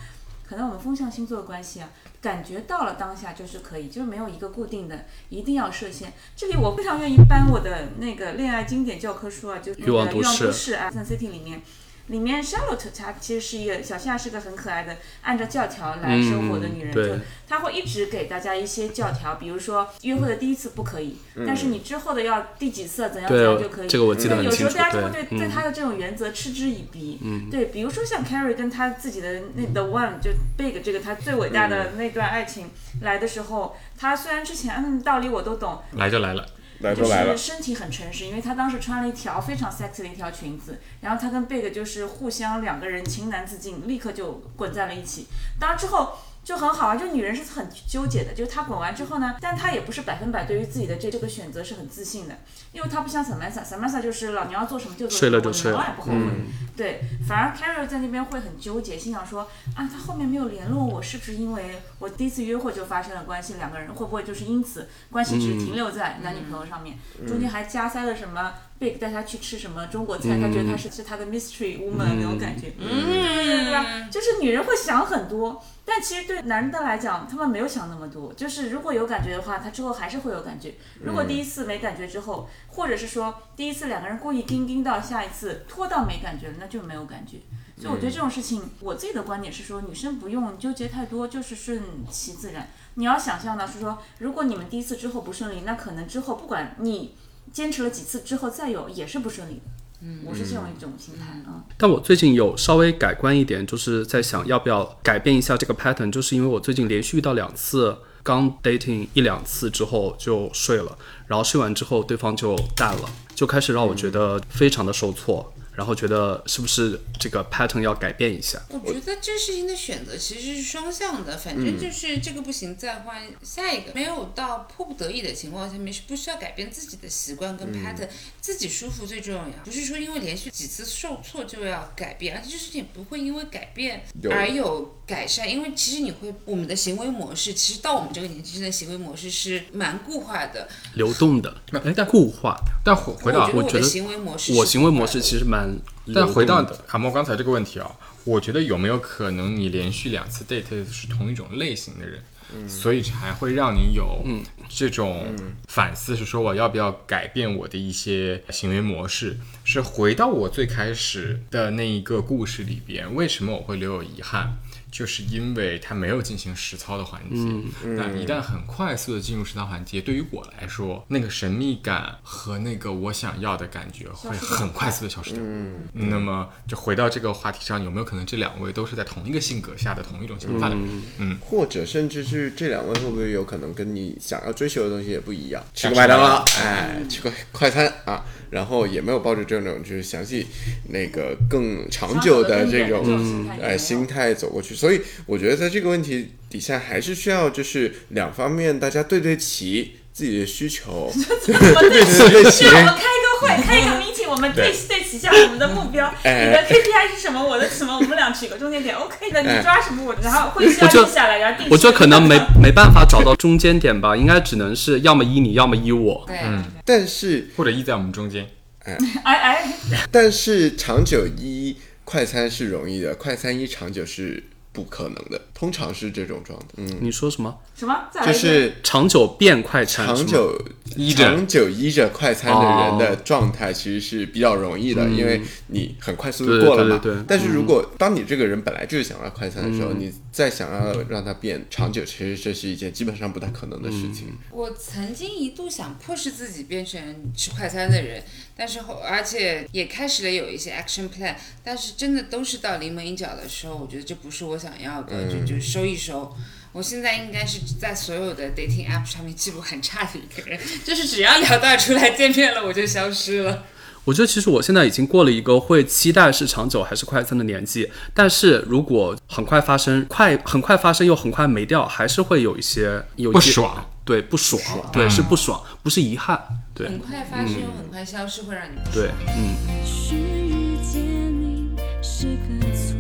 Speaker 5: 可能我们风象星座的关系啊，感觉到了当下就是可以，就是没有一个固定的，一定要设限。这里我非常愿意搬我的那个恋爱经典教科书啊，就是那
Speaker 2: 欲
Speaker 5: 个《
Speaker 2: 望
Speaker 5: 欲
Speaker 2: 都
Speaker 5: 望
Speaker 2: 市
Speaker 5: 都市》啊，《Sun City》里面。里面 Charlotte 她其实是一个小夏，是个很可爱的按照教条来生活的女人，
Speaker 2: 嗯对
Speaker 5: 就她会一直给大家一些教条，比如说约会的第一次不可以，但是你之后的要第几次啊怎样怎样就可以。
Speaker 2: 嗯对这个我记得
Speaker 5: 对
Speaker 2: 很清
Speaker 5: 有
Speaker 2: 楚
Speaker 5: 时候大家就会
Speaker 2: 对
Speaker 5: 对
Speaker 2: 嗯
Speaker 5: 对她的这种原则嗤之以鼻。对，比如说像 Carrie 跟她自己的那 The One 就 Big 这个她最伟大
Speaker 2: 嗯
Speaker 5: 的那段爱情来的时候，她虽然之前嗯道理我都懂，
Speaker 4: 来就来了，
Speaker 6: 来
Speaker 5: 就
Speaker 6: 都来了
Speaker 5: 是，身体很诚实，因为她当时穿了一条非常 sexy 的一条裙子，然后她跟贝克就是互相两个人情难自禁，立刻就滚在了一起。当然之后就很好啊，就女人是很纠结的，就是她滚完之后呢，但她也不是百分百对于自己的这这个选择是很自信的，因为她不像 Samantha，Samantha 就是老娘要做什么就做什
Speaker 2: 睡了
Speaker 5: 么，
Speaker 2: 就睡了
Speaker 5: 我从来不后悔。对，反而 Carol 在那边会很纠结，心想说啊，他后面没有联络我，是不是因为我第一次约会就发生了关系，两个人会不会就是因此关系只停留在男女朋友上面，中间还加塞了什么 Big 带他去吃什么中国菜，他觉得他是是他的 mystery woman、那种感觉，嗯对吧？就是女人会想很多，但其实对男人的来讲，他们没有想那么多。就是如果有感觉的话，他之后还是会有感觉。如果第一次没感觉之后，或者是说第一次两个人故意盯盯到下一次拖到没感觉了，那就没有感觉。所以我觉得这种事情，我自己的观点是说，女生不用纠结太多，就是顺其自然。你要想象到是说，如果你们第一次之后不顺利，那可能之后不管你坚持了几次之后再有也是不顺利的。嗯，我是这种一种心态啊。
Speaker 2: 但我最近有稍微改观一点，就是在想要不要改变一下这个 pattern，就是因为我最近连续遇到两次刚 dating 一两次之后就睡了，然后睡完之后对方就淡了，就开始让我觉得非常的受挫，然后觉得是不是这个 pattern 要改变一下？
Speaker 3: 我觉得这事情的选择其实是双向的，反正就是这个不行，再换下一个。没有到迫不得已的情况下面，是不需要改变自己的习惯跟 pattern，、自己舒服最重要。不是说因为连续几次受挫就要改变，而且这事情不会因为改变
Speaker 6: 有
Speaker 3: 而有改善，因为其实你会我们的行为模式，其实到我们这个年纪，真的行为模式是蛮固化的。
Speaker 2: 流动的，哎，固化。
Speaker 4: 但回回到
Speaker 3: 我
Speaker 2: 我
Speaker 3: 我
Speaker 2: 觉
Speaker 3: 的
Speaker 2: 得
Speaker 3: 行为模式，
Speaker 2: 我行为模式。其实蛮流动的，
Speaker 4: 但回到卡莫刚才这个问题啊、我觉得有没有可能你连续两次 date 是同一种类型的人，所以才会让你有这种反思，是说我要不要改变我的一些行为模式？是回到我最开始的那一个故事里边，为什么我会留有遗憾？就是因为它没有进行实操的环节，那一旦很快速的进入实操环节，对于我来说，那个神秘感和那个我想要的感觉会很快速的消失掉。
Speaker 2: 嗯
Speaker 4: 那么就回到这个话题上，有没有可能这两位都是在同一个性格下的同一种想法的人？
Speaker 2: 嗯
Speaker 6: 或者甚至是这两位会不会有可能跟你想要追求的东西也不一样？吃个麦当劳，哎，吃个快餐啊，然后也没有抱着这种就是详细那个更长久的这种哎心态走过去。所以我觉得在这个问题底下，还是需要就是两方面大家对对齐自己的需 *laughs* 求，
Speaker 5: 对对
Speaker 6: 对对齐
Speaker 5: 对，我们开一个会，开一个 meeting，我们对对齐一下我们的目标，
Speaker 6: 哎
Speaker 5: 你的 KPI 是什么，我的什么，我们俩取个中间点，OK 的，
Speaker 6: 哎
Speaker 5: 你抓什么我，然后会需
Speaker 2: 我
Speaker 5: 要
Speaker 2: 觉得
Speaker 5: 定下来，然后定时。
Speaker 2: 我觉得可能没没办法找到中间点吧，应该只能是要么依你，要么依我。
Speaker 3: 对，
Speaker 6: 但是
Speaker 4: 或者一在我们中间，
Speaker 5: 哎哎，
Speaker 6: 但是长久一快餐是容易的，快餐一长久是不可能的，通常是这种状态。嗯，
Speaker 2: 你说什么？
Speaker 5: 什么？再来
Speaker 6: 就
Speaker 5: 一遍
Speaker 6: 是
Speaker 2: 长久变快餐是
Speaker 6: 长
Speaker 2: 吗
Speaker 6: 久
Speaker 4: 依着
Speaker 6: 长久依着快餐的人的状态其实是比较容易的，因为你很快速地过了嘛。
Speaker 2: 对对对对
Speaker 6: 但是如果当你这个人本来就是想要快餐的时候，你再想要让它变长久，其实这是一件基本上不太可能的事情。
Speaker 3: 我曾经一度想迫使自己变成吃快餐的人，但是后而且也开始了有一些 action plan，但是真的都是到临门一脚的时候，我觉得这不是我想要的，
Speaker 2: 嗯
Speaker 3: 就就收一收。我现在应该是在所有的 dating app 上面记录很差的一个人，就是只要聊到出来见面了，我就消失了。
Speaker 2: 我觉得其实我现在已经过了一个会期待是长久还是快餐的年纪，但是如果很快发生，快很快发生又很快没掉，还是会有一些有一
Speaker 4: 不
Speaker 2: 些
Speaker 4: 爽，
Speaker 2: 对不爽，对是不爽，不是遗憾，对
Speaker 3: 很快发
Speaker 2: 嗯
Speaker 3: 生又很快消失，会让你不
Speaker 2: 对
Speaker 3: 爽。，
Speaker 2: 嗯。
Speaker 8: 是遇见你是个错，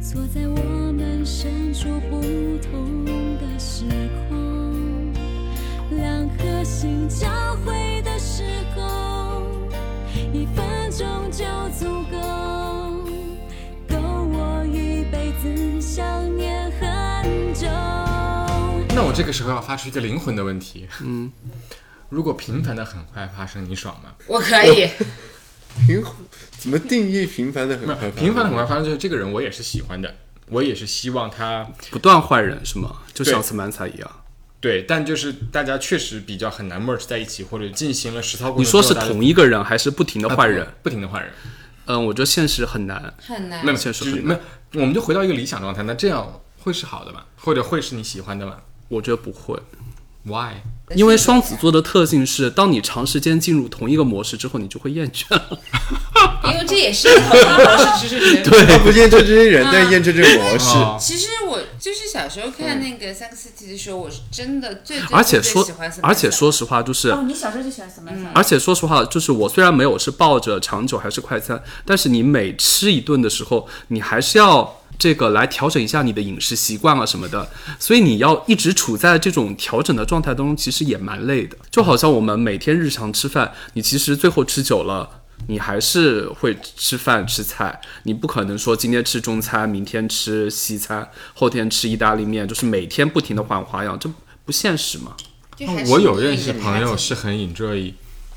Speaker 8: 错在我们身处不同的时空，两颗心交汇的时候，一分钟就足够，够我一辈子想念很久。
Speaker 4: 那我这个时候要发出一个灵魂的问题，嗯，如果频繁的很快发生，你爽吗？
Speaker 3: 我可以，
Speaker 6: *laughs* 平怎么定义平凡的很
Speaker 4: 没
Speaker 6: 快
Speaker 4: 有，？频繁的很快发生就是这个人我也是喜欢的，我也是希望他
Speaker 2: 不断换人是吗？就
Speaker 4: 对
Speaker 2: 像斯曼才一样，
Speaker 4: 对，但就是大家确实比较很难 merge 在一起，或者进行了实操过
Speaker 2: 你
Speaker 4: 程
Speaker 2: 说是
Speaker 4: 之后大家
Speaker 2: 同一个人还是不停的换人
Speaker 4: 啊？不停的换人，
Speaker 2: 嗯，我觉得现实很难。
Speaker 3: 很难
Speaker 4: 没。有，
Speaker 2: 确实
Speaker 4: 就是
Speaker 2: 很
Speaker 4: 没有，我们就回到一个理想状态，那这样会是好的吗？或者会是你喜欢的吗
Speaker 2: 我觉得不会，
Speaker 4: ？Why？
Speaker 2: 因为双子座的特性是，当你长时间进入同一个模式之后，你就会厌倦了。
Speaker 3: 因为这也是一套方式，只是觉得。
Speaker 6: 他不验证这些人在验证这个模式，
Speaker 4: 啊
Speaker 3: 其实我就是小时候
Speaker 4: 嗯
Speaker 3: 看那个《三个 City》的时候，我是真的最最
Speaker 2: 而且
Speaker 3: 最最
Speaker 2: 说
Speaker 3: 喜欢，
Speaker 2: 而且说实话，就是
Speaker 5: 哦，你小时候就喜欢 Samantha，、
Speaker 2: 而且说实话，就是我虽然没有是抱着长久还是快餐，但是你每吃一顿的时候，你还是要这个来调整一下你的饮食习惯啊什么的，所以你要一直处在这种调整的状态当中，其实也蛮累的。就好像我们每天日常吃饭，你其实最后吃久了。你还是会吃饭吃菜，你不可能说今天吃中餐，明天吃西餐，后天吃意大利面，就是每天不停的换花样，这不现实嘛？
Speaker 3: 就还是
Speaker 4: 我有认识
Speaker 3: 你
Speaker 4: 朋友是很 enjoy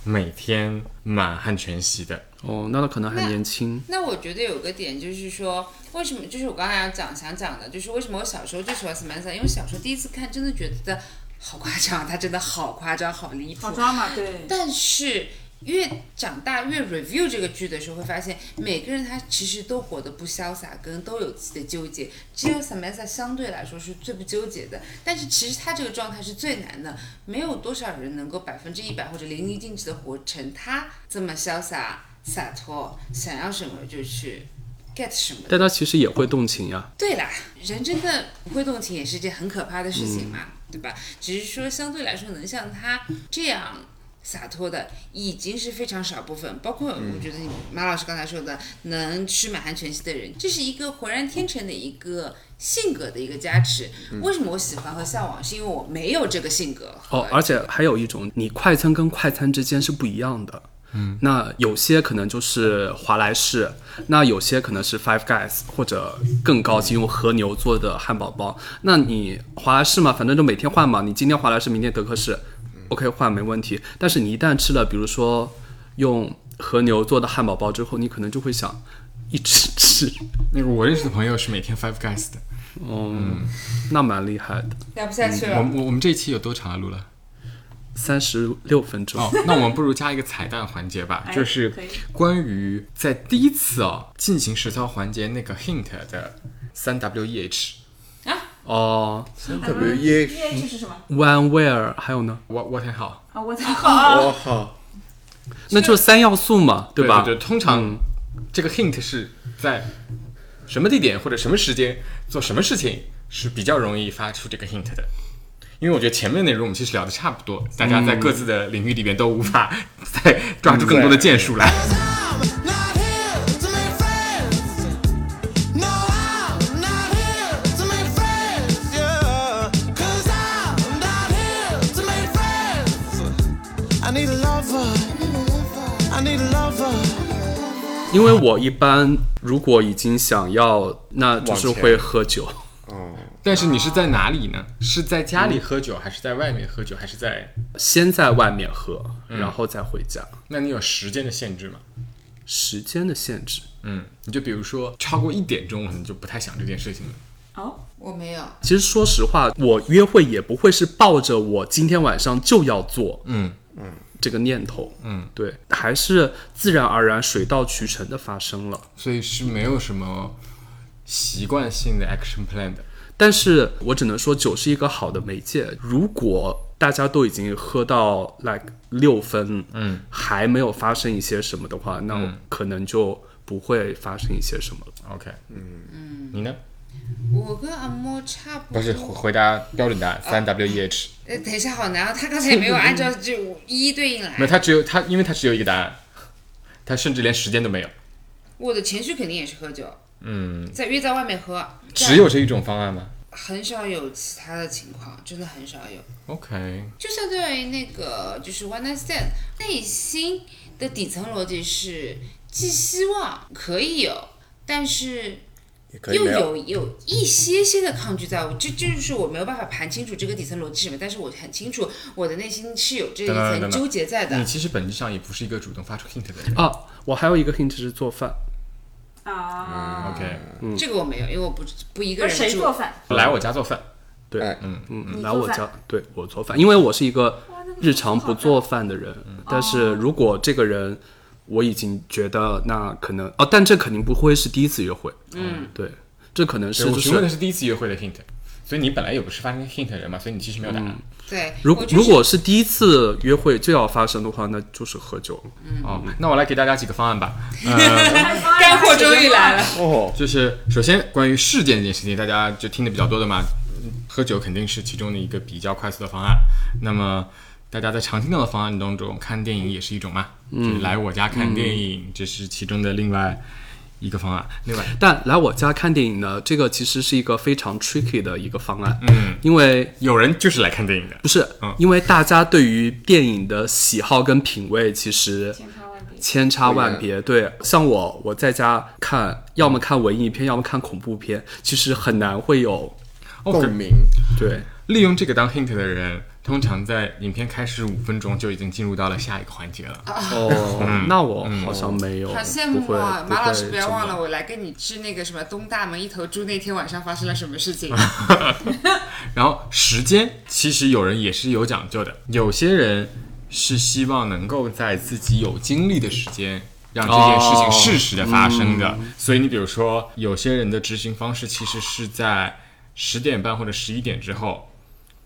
Speaker 4: 每天满汉全席的，
Speaker 2: 哦，那他可能还年轻，
Speaker 3: 那我觉得有个点就是说，为什么就是我刚才要讲想讲的，就是为什么我小时候就喜欢 Samantha，因为小时候第一次看真的觉得好夸张，她真的好夸张，好离谱啊
Speaker 5: 好，抓嘛，对。
Speaker 3: 但是越长大越 review 这个剧的时候，会发现每个人他其实都活得不潇洒，跟都有自己的纠结。只有 Samantha 相对来说是最不纠结的，但是其实他这个状态是最难的，没有多少人能够百分之一百或者淋漓尽致的活成他这么潇洒洒脱，想要什么就去 get 什么。
Speaker 2: 但他其实也会动情呀。
Speaker 3: 对啦，人真的不会动情也是件很可怕的事情
Speaker 4: 嗯
Speaker 3: 嘛，对吧？只是说相对来说，能像他这样洒脱的，已经是非常少部分。包括
Speaker 4: 嗯
Speaker 3: 我觉得你马老师刚才说的，能吃满汉全席的人，这是一个浑然天成的一个性格的一个加持。
Speaker 4: 嗯
Speaker 3: 为什么我喜欢和向往？是因为我没有这个性格。
Speaker 2: 哦，而且还有一种，你快餐跟快餐之间是不一样的。嗯，那有些可能就是华莱士，那有些可能是 Five Guys 或者更高级用和牛做的汉堡包。那你华莱士嘛，反正就每天换嘛，你今天华莱士，明天德克士，OK 换没问题。但是你一旦吃了，比如说用和牛做的汉堡包之后，你可能就会想一直吃。
Speaker 4: 那个我认识的朋友是每天 Five Guys 的。
Speaker 2: 嗯，那蛮厉害的，
Speaker 3: 聊不下去
Speaker 4: 我
Speaker 3: 了，
Speaker 4: 们我我们这一期有多长啊？录了？
Speaker 2: 三十六分钟。
Speaker 4: 哦，那我们不如加一个彩蛋环节吧，
Speaker 5: 哎
Speaker 4: 就是
Speaker 5: 可以
Speaker 4: 关于在第一次哦进行实操环节那个 hint 的三 W E H。
Speaker 2: 哦
Speaker 6: 特别耶
Speaker 5: E H 是什么？
Speaker 2: ，One Where 还有呢？
Speaker 4: 我我挺好，
Speaker 5: 啊，我操！啊
Speaker 6: 我靠！
Speaker 2: 那就是三要素嘛，
Speaker 4: 对嗯
Speaker 2: 吧？
Speaker 4: 对，通常这个 hint 是在什么地点或者什么时间做什么事情是比较容易发出这个 hint 的。因为我觉得前面内容我们其实聊的差不多，大家在各自的领域里边都无法再抓住更多的建树来。
Speaker 7: I need a lover. I need a lover.
Speaker 2: 因为我一般如果已经想要，那就是
Speaker 6: 往前
Speaker 2: 会喝酒。
Speaker 4: *laughs* 但是你是在哪里呢？是在家里喝酒，还是在外面喝酒，还是在？
Speaker 2: 先在外面喝，
Speaker 4: 嗯
Speaker 2: 然后再回家。
Speaker 4: 那你有时间的限制吗？
Speaker 2: 时间的限制，
Speaker 4: 嗯，你就比如说超过一点钟，我可能就不太想这件事情了。
Speaker 5: 哦，
Speaker 3: 我没有，
Speaker 2: 其实说实话，我约会也不会是抱着我今天晚上就要做，
Speaker 4: 嗯
Speaker 2: 嗯，这个念头，
Speaker 4: 嗯，
Speaker 2: 对，还是自然而然、水到渠成的发生了。
Speaker 4: 所以是没有什么习惯性的 action plan 的。
Speaker 2: 但是我只能说，酒是一个好的媒介。如果大家都已经喝到 like 六分，
Speaker 4: 嗯，
Speaker 2: 还没有发生一些什么的话，那可能就不会发生一些什么了。
Speaker 4: OK，嗯嗯，你呢？
Speaker 3: 我跟阿莫差不
Speaker 4: 不
Speaker 3: 多。
Speaker 4: 是回回答标准答案
Speaker 2: 啊
Speaker 4: 三 W E H，
Speaker 3: 呃，等一下，好难啊！他刚才也没有按照这五一一对应来
Speaker 4: 没有，。他只有他，因为他只有一个答案，他甚至连时间都没有，
Speaker 3: 我的前序肯定也是喝酒，嗯，在约在外面喝，
Speaker 4: 只有这一种方案吗
Speaker 3: 很少有其他的情况，真的很少有。
Speaker 4: ？OK，
Speaker 3: 就相对于那个就是 one night stand，内心的底层逻辑是既希望可以有，但是
Speaker 6: 也可以
Speaker 3: 又
Speaker 6: 没有
Speaker 3: 有有一些些的抗拒在我，这这就是我没有办法盘清楚这个底层逻辑是什么，但是我很清楚我的内心是有这一
Speaker 4: 等等等
Speaker 3: 层
Speaker 4: 等
Speaker 3: 纠结在的
Speaker 4: 你。其实本质上也不是一个主动发出 hint 的人。
Speaker 2: 啊，我还有一个 hint 是做饭，嗯
Speaker 5: 啊，
Speaker 4: OK，
Speaker 3: 这个我没有，因为我不不一个
Speaker 5: 不是
Speaker 3: 人
Speaker 5: 谁
Speaker 3: 住
Speaker 5: 做。饭？
Speaker 4: 来我家做饭，
Speaker 2: 对，
Speaker 6: 哎
Speaker 2: 嗯嗯，
Speaker 5: 你
Speaker 2: 来
Speaker 5: 做
Speaker 2: 我
Speaker 5: 饭
Speaker 2: 家，对我做饭，因为我是一个
Speaker 5: 哇那你
Speaker 2: 日
Speaker 5: 做
Speaker 2: 常不
Speaker 5: 好
Speaker 2: 做饭的人，
Speaker 5: 嗯
Speaker 2: 但是如果这个人我已经觉得那可能哦，但这肯定不会是第一次约会，嗯，对，这可能
Speaker 4: 对
Speaker 2: 是就
Speaker 4: 我询问的
Speaker 2: 是
Speaker 4: 是第一次约会的 hint，所以你本来也不是发生 hint 的人嘛，所以你其实没有答案。
Speaker 3: 对，
Speaker 2: 如
Speaker 3: 我就是
Speaker 2: 如果是第一次约会就要发生的话，那就是喝酒了，
Speaker 4: 哦，那我来给大家几个方案吧。
Speaker 3: 干货终于来了，
Speaker 6: 哦，
Speaker 4: 就是首先关于事件这件事情，大家就听的比较多的嘛，嗯喝酒肯定是其中的一个比较快速的方案。那么大家在常听到的方案当中，看电影也是一种嘛，就是来我家看电影，这是其中的另外一个方案。另外，
Speaker 2: 但来我家看电影呢，这个其实是一个非常 tricky 的一个方案，嗯，因为
Speaker 4: 有人就是来看电影的，
Speaker 2: 不是，
Speaker 4: 嗯
Speaker 2: 因为大家对于电影的喜好跟品味其实千差万别。对，像我我在家看，要么看文艺片，要么看恐怖片，其实很难会有
Speaker 4: 哦
Speaker 6: 共鸣，
Speaker 2: 对。
Speaker 4: 利用这个当 hint 的人，通常在影片开始五分钟就已经进入到了下一个环节了。
Speaker 2: 哦，那我好像没有，
Speaker 3: 好羡慕
Speaker 2: 不会
Speaker 3: 啊！马老师，不要忘。
Speaker 2: 会
Speaker 3: 了，我来跟你去那个什么东大门一头猪那天晚上发生了什么事
Speaker 6: *laughs*
Speaker 3: 情。
Speaker 4: 然后时间，其实有人也是有讲究的，有些人是希望能够在自己有精力的时间。让这件事情适时的发生的，所以你比如说，有些人的执行方式其实是在十点半或者十一点之后，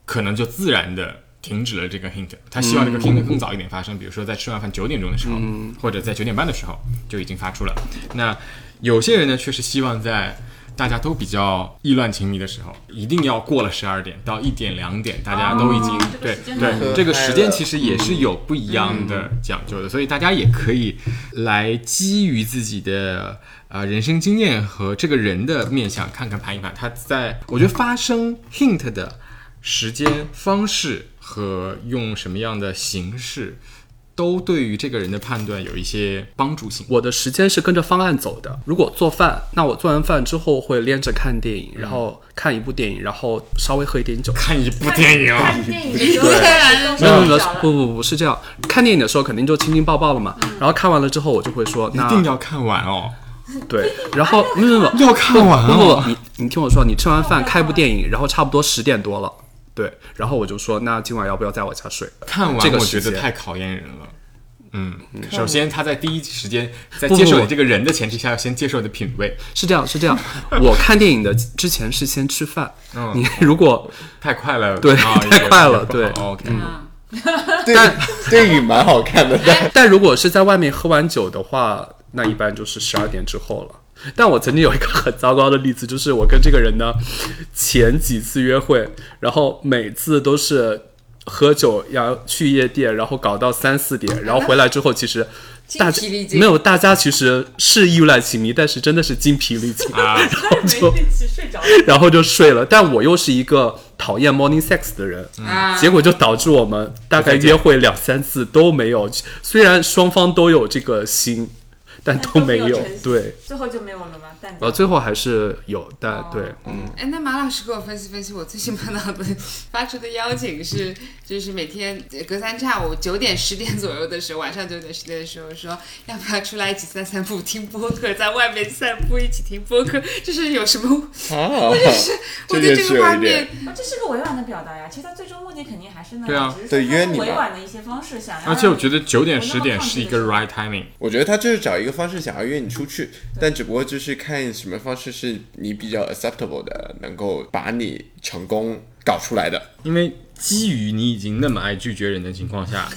Speaker 4: 可能就自然的停止了这个 hint。他希望这个 hint 更早一点发生，比如说在吃完饭九点钟的时候，或者在九点半的时候就已经发出了。那有些人呢，确实希望在大家都比较意乱情迷的时候，一定要过了十二点到一点两点，大家都已经、
Speaker 5: 哦这个
Speaker 4: 对
Speaker 5: 时间段
Speaker 4: 对这个时间其实也是有不一样的讲究的，所以大家也可以来基于自己的呃人生经验和这个人的面相，看看盘一盘，他在我觉得发生 hint 的时间方式和用什么样的形式。都对于这个人的判断有一些帮助性。
Speaker 2: 我的时间是跟着方案走的。如果做饭，那我做完饭之后会连着看电影，然后看一部电影，然后稍微喝一点酒，
Speaker 4: 嗯看一部电影，
Speaker 5: 看电影的时候
Speaker 3: 对
Speaker 5: 都
Speaker 2: 没有没有
Speaker 5: 睡着了
Speaker 2: 不不不是这样，看电影的时候肯定就亲亲抱抱了嘛，然后看完了之后我就会说，
Speaker 4: 嗯一
Speaker 2: 那
Speaker 4: 定要看完哦。
Speaker 2: 对，然后没有没有
Speaker 4: *laughs*
Speaker 2: 没有
Speaker 4: 要看完
Speaker 2: 不不
Speaker 4: 哦
Speaker 2: 不，你你听我说，你吃完饭开部电影，然后差不多十点多了，对，然后我就说，那今晚要不要在我家睡？
Speaker 4: 看
Speaker 2: 这
Speaker 4: 完
Speaker 2: 个
Speaker 4: 我
Speaker 2: 时
Speaker 4: 觉得
Speaker 2: 间
Speaker 4: 太考验人了。嗯，首先他在第一时间在
Speaker 2: 不
Speaker 4: 接受
Speaker 2: 不
Speaker 4: 你这个人的前提下，要先接受你的品味，
Speaker 2: 是这样是这样，我看电影的之前是先吃饭，
Speaker 4: 嗯
Speaker 2: 你如果
Speaker 4: 太快了，
Speaker 2: 对
Speaker 4: 啊
Speaker 2: 太
Speaker 4: 也
Speaker 2: 快
Speaker 4: 也
Speaker 2: 了
Speaker 4: 不
Speaker 2: 对嗯
Speaker 4: 好 OK，
Speaker 6: 电电影蛮好看的，但
Speaker 2: 但如果是在外面喝完酒的话，那一般就是十二点之后了。但我曾经有一个很糟糕的例子，就是我跟这个人呢，前几次约会，然后每次都是喝酒要去夜店，然后搞到三四点，然后回来之后，其实大家
Speaker 3: 啊精疲力尽
Speaker 2: 没有大家其实是意乱情迷，但是真的是精疲力尽， *laughs* 然后就
Speaker 5: 没力气睡着了。
Speaker 2: 然后就睡了。但我又是一个讨厌 morning sex 的人，
Speaker 3: 啊
Speaker 2: 结果就导致我们大概约会两三次都没有，虽然双方都有这个心，但都没
Speaker 5: 但都没有
Speaker 2: 有
Speaker 5: 成。
Speaker 2: 对，
Speaker 5: 最后就没有了吗？蛋
Speaker 2: 然后
Speaker 5: 饺。
Speaker 2: 哦最后还是有，但
Speaker 5: 哦
Speaker 2: 对，
Speaker 3: 哎，那马老师给我分析分析，我最近碰到的发出的邀请是，就是每天呃隔三差五九点十点左右的时候，晚上九点十点的时候说要不要出来一起散散步，听播客，在外面散步一起听播客，就是有什
Speaker 6: *laughs*
Speaker 3: 么？
Speaker 6: 啊，
Speaker 3: 我
Speaker 6: 这
Speaker 3: 对
Speaker 6: 件
Speaker 3: 这
Speaker 6: 事
Speaker 3: 个画
Speaker 6: 有一
Speaker 3: 面
Speaker 6: 点，
Speaker 5: 啊，这是个委婉的表达呀，其实他最终目的肯定还是那样，
Speaker 4: 对啊
Speaker 5: 只是
Speaker 6: 对
Speaker 5: 说
Speaker 6: 约
Speaker 5: 他
Speaker 6: 你嘛
Speaker 5: 委婉的一些方式想要让
Speaker 4: 而
Speaker 5: 你。
Speaker 4: 且我觉得九点
Speaker 5: 不那
Speaker 4: 十
Speaker 5: 么
Speaker 4: 点
Speaker 5: 抗
Speaker 4: 是
Speaker 5: 拒
Speaker 4: 一
Speaker 5: 的
Speaker 4: 个
Speaker 5: 时候
Speaker 4: right timing。
Speaker 6: 我觉得他就是找一个方式想要约你出去，但只不过就是看什么方式是你比较 acceptable 的，能够把你成功搞出来的。
Speaker 4: 因为基于你已经那么爱拒绝人的情
Speaker 2: *laughs*
Speaker 4: 况下，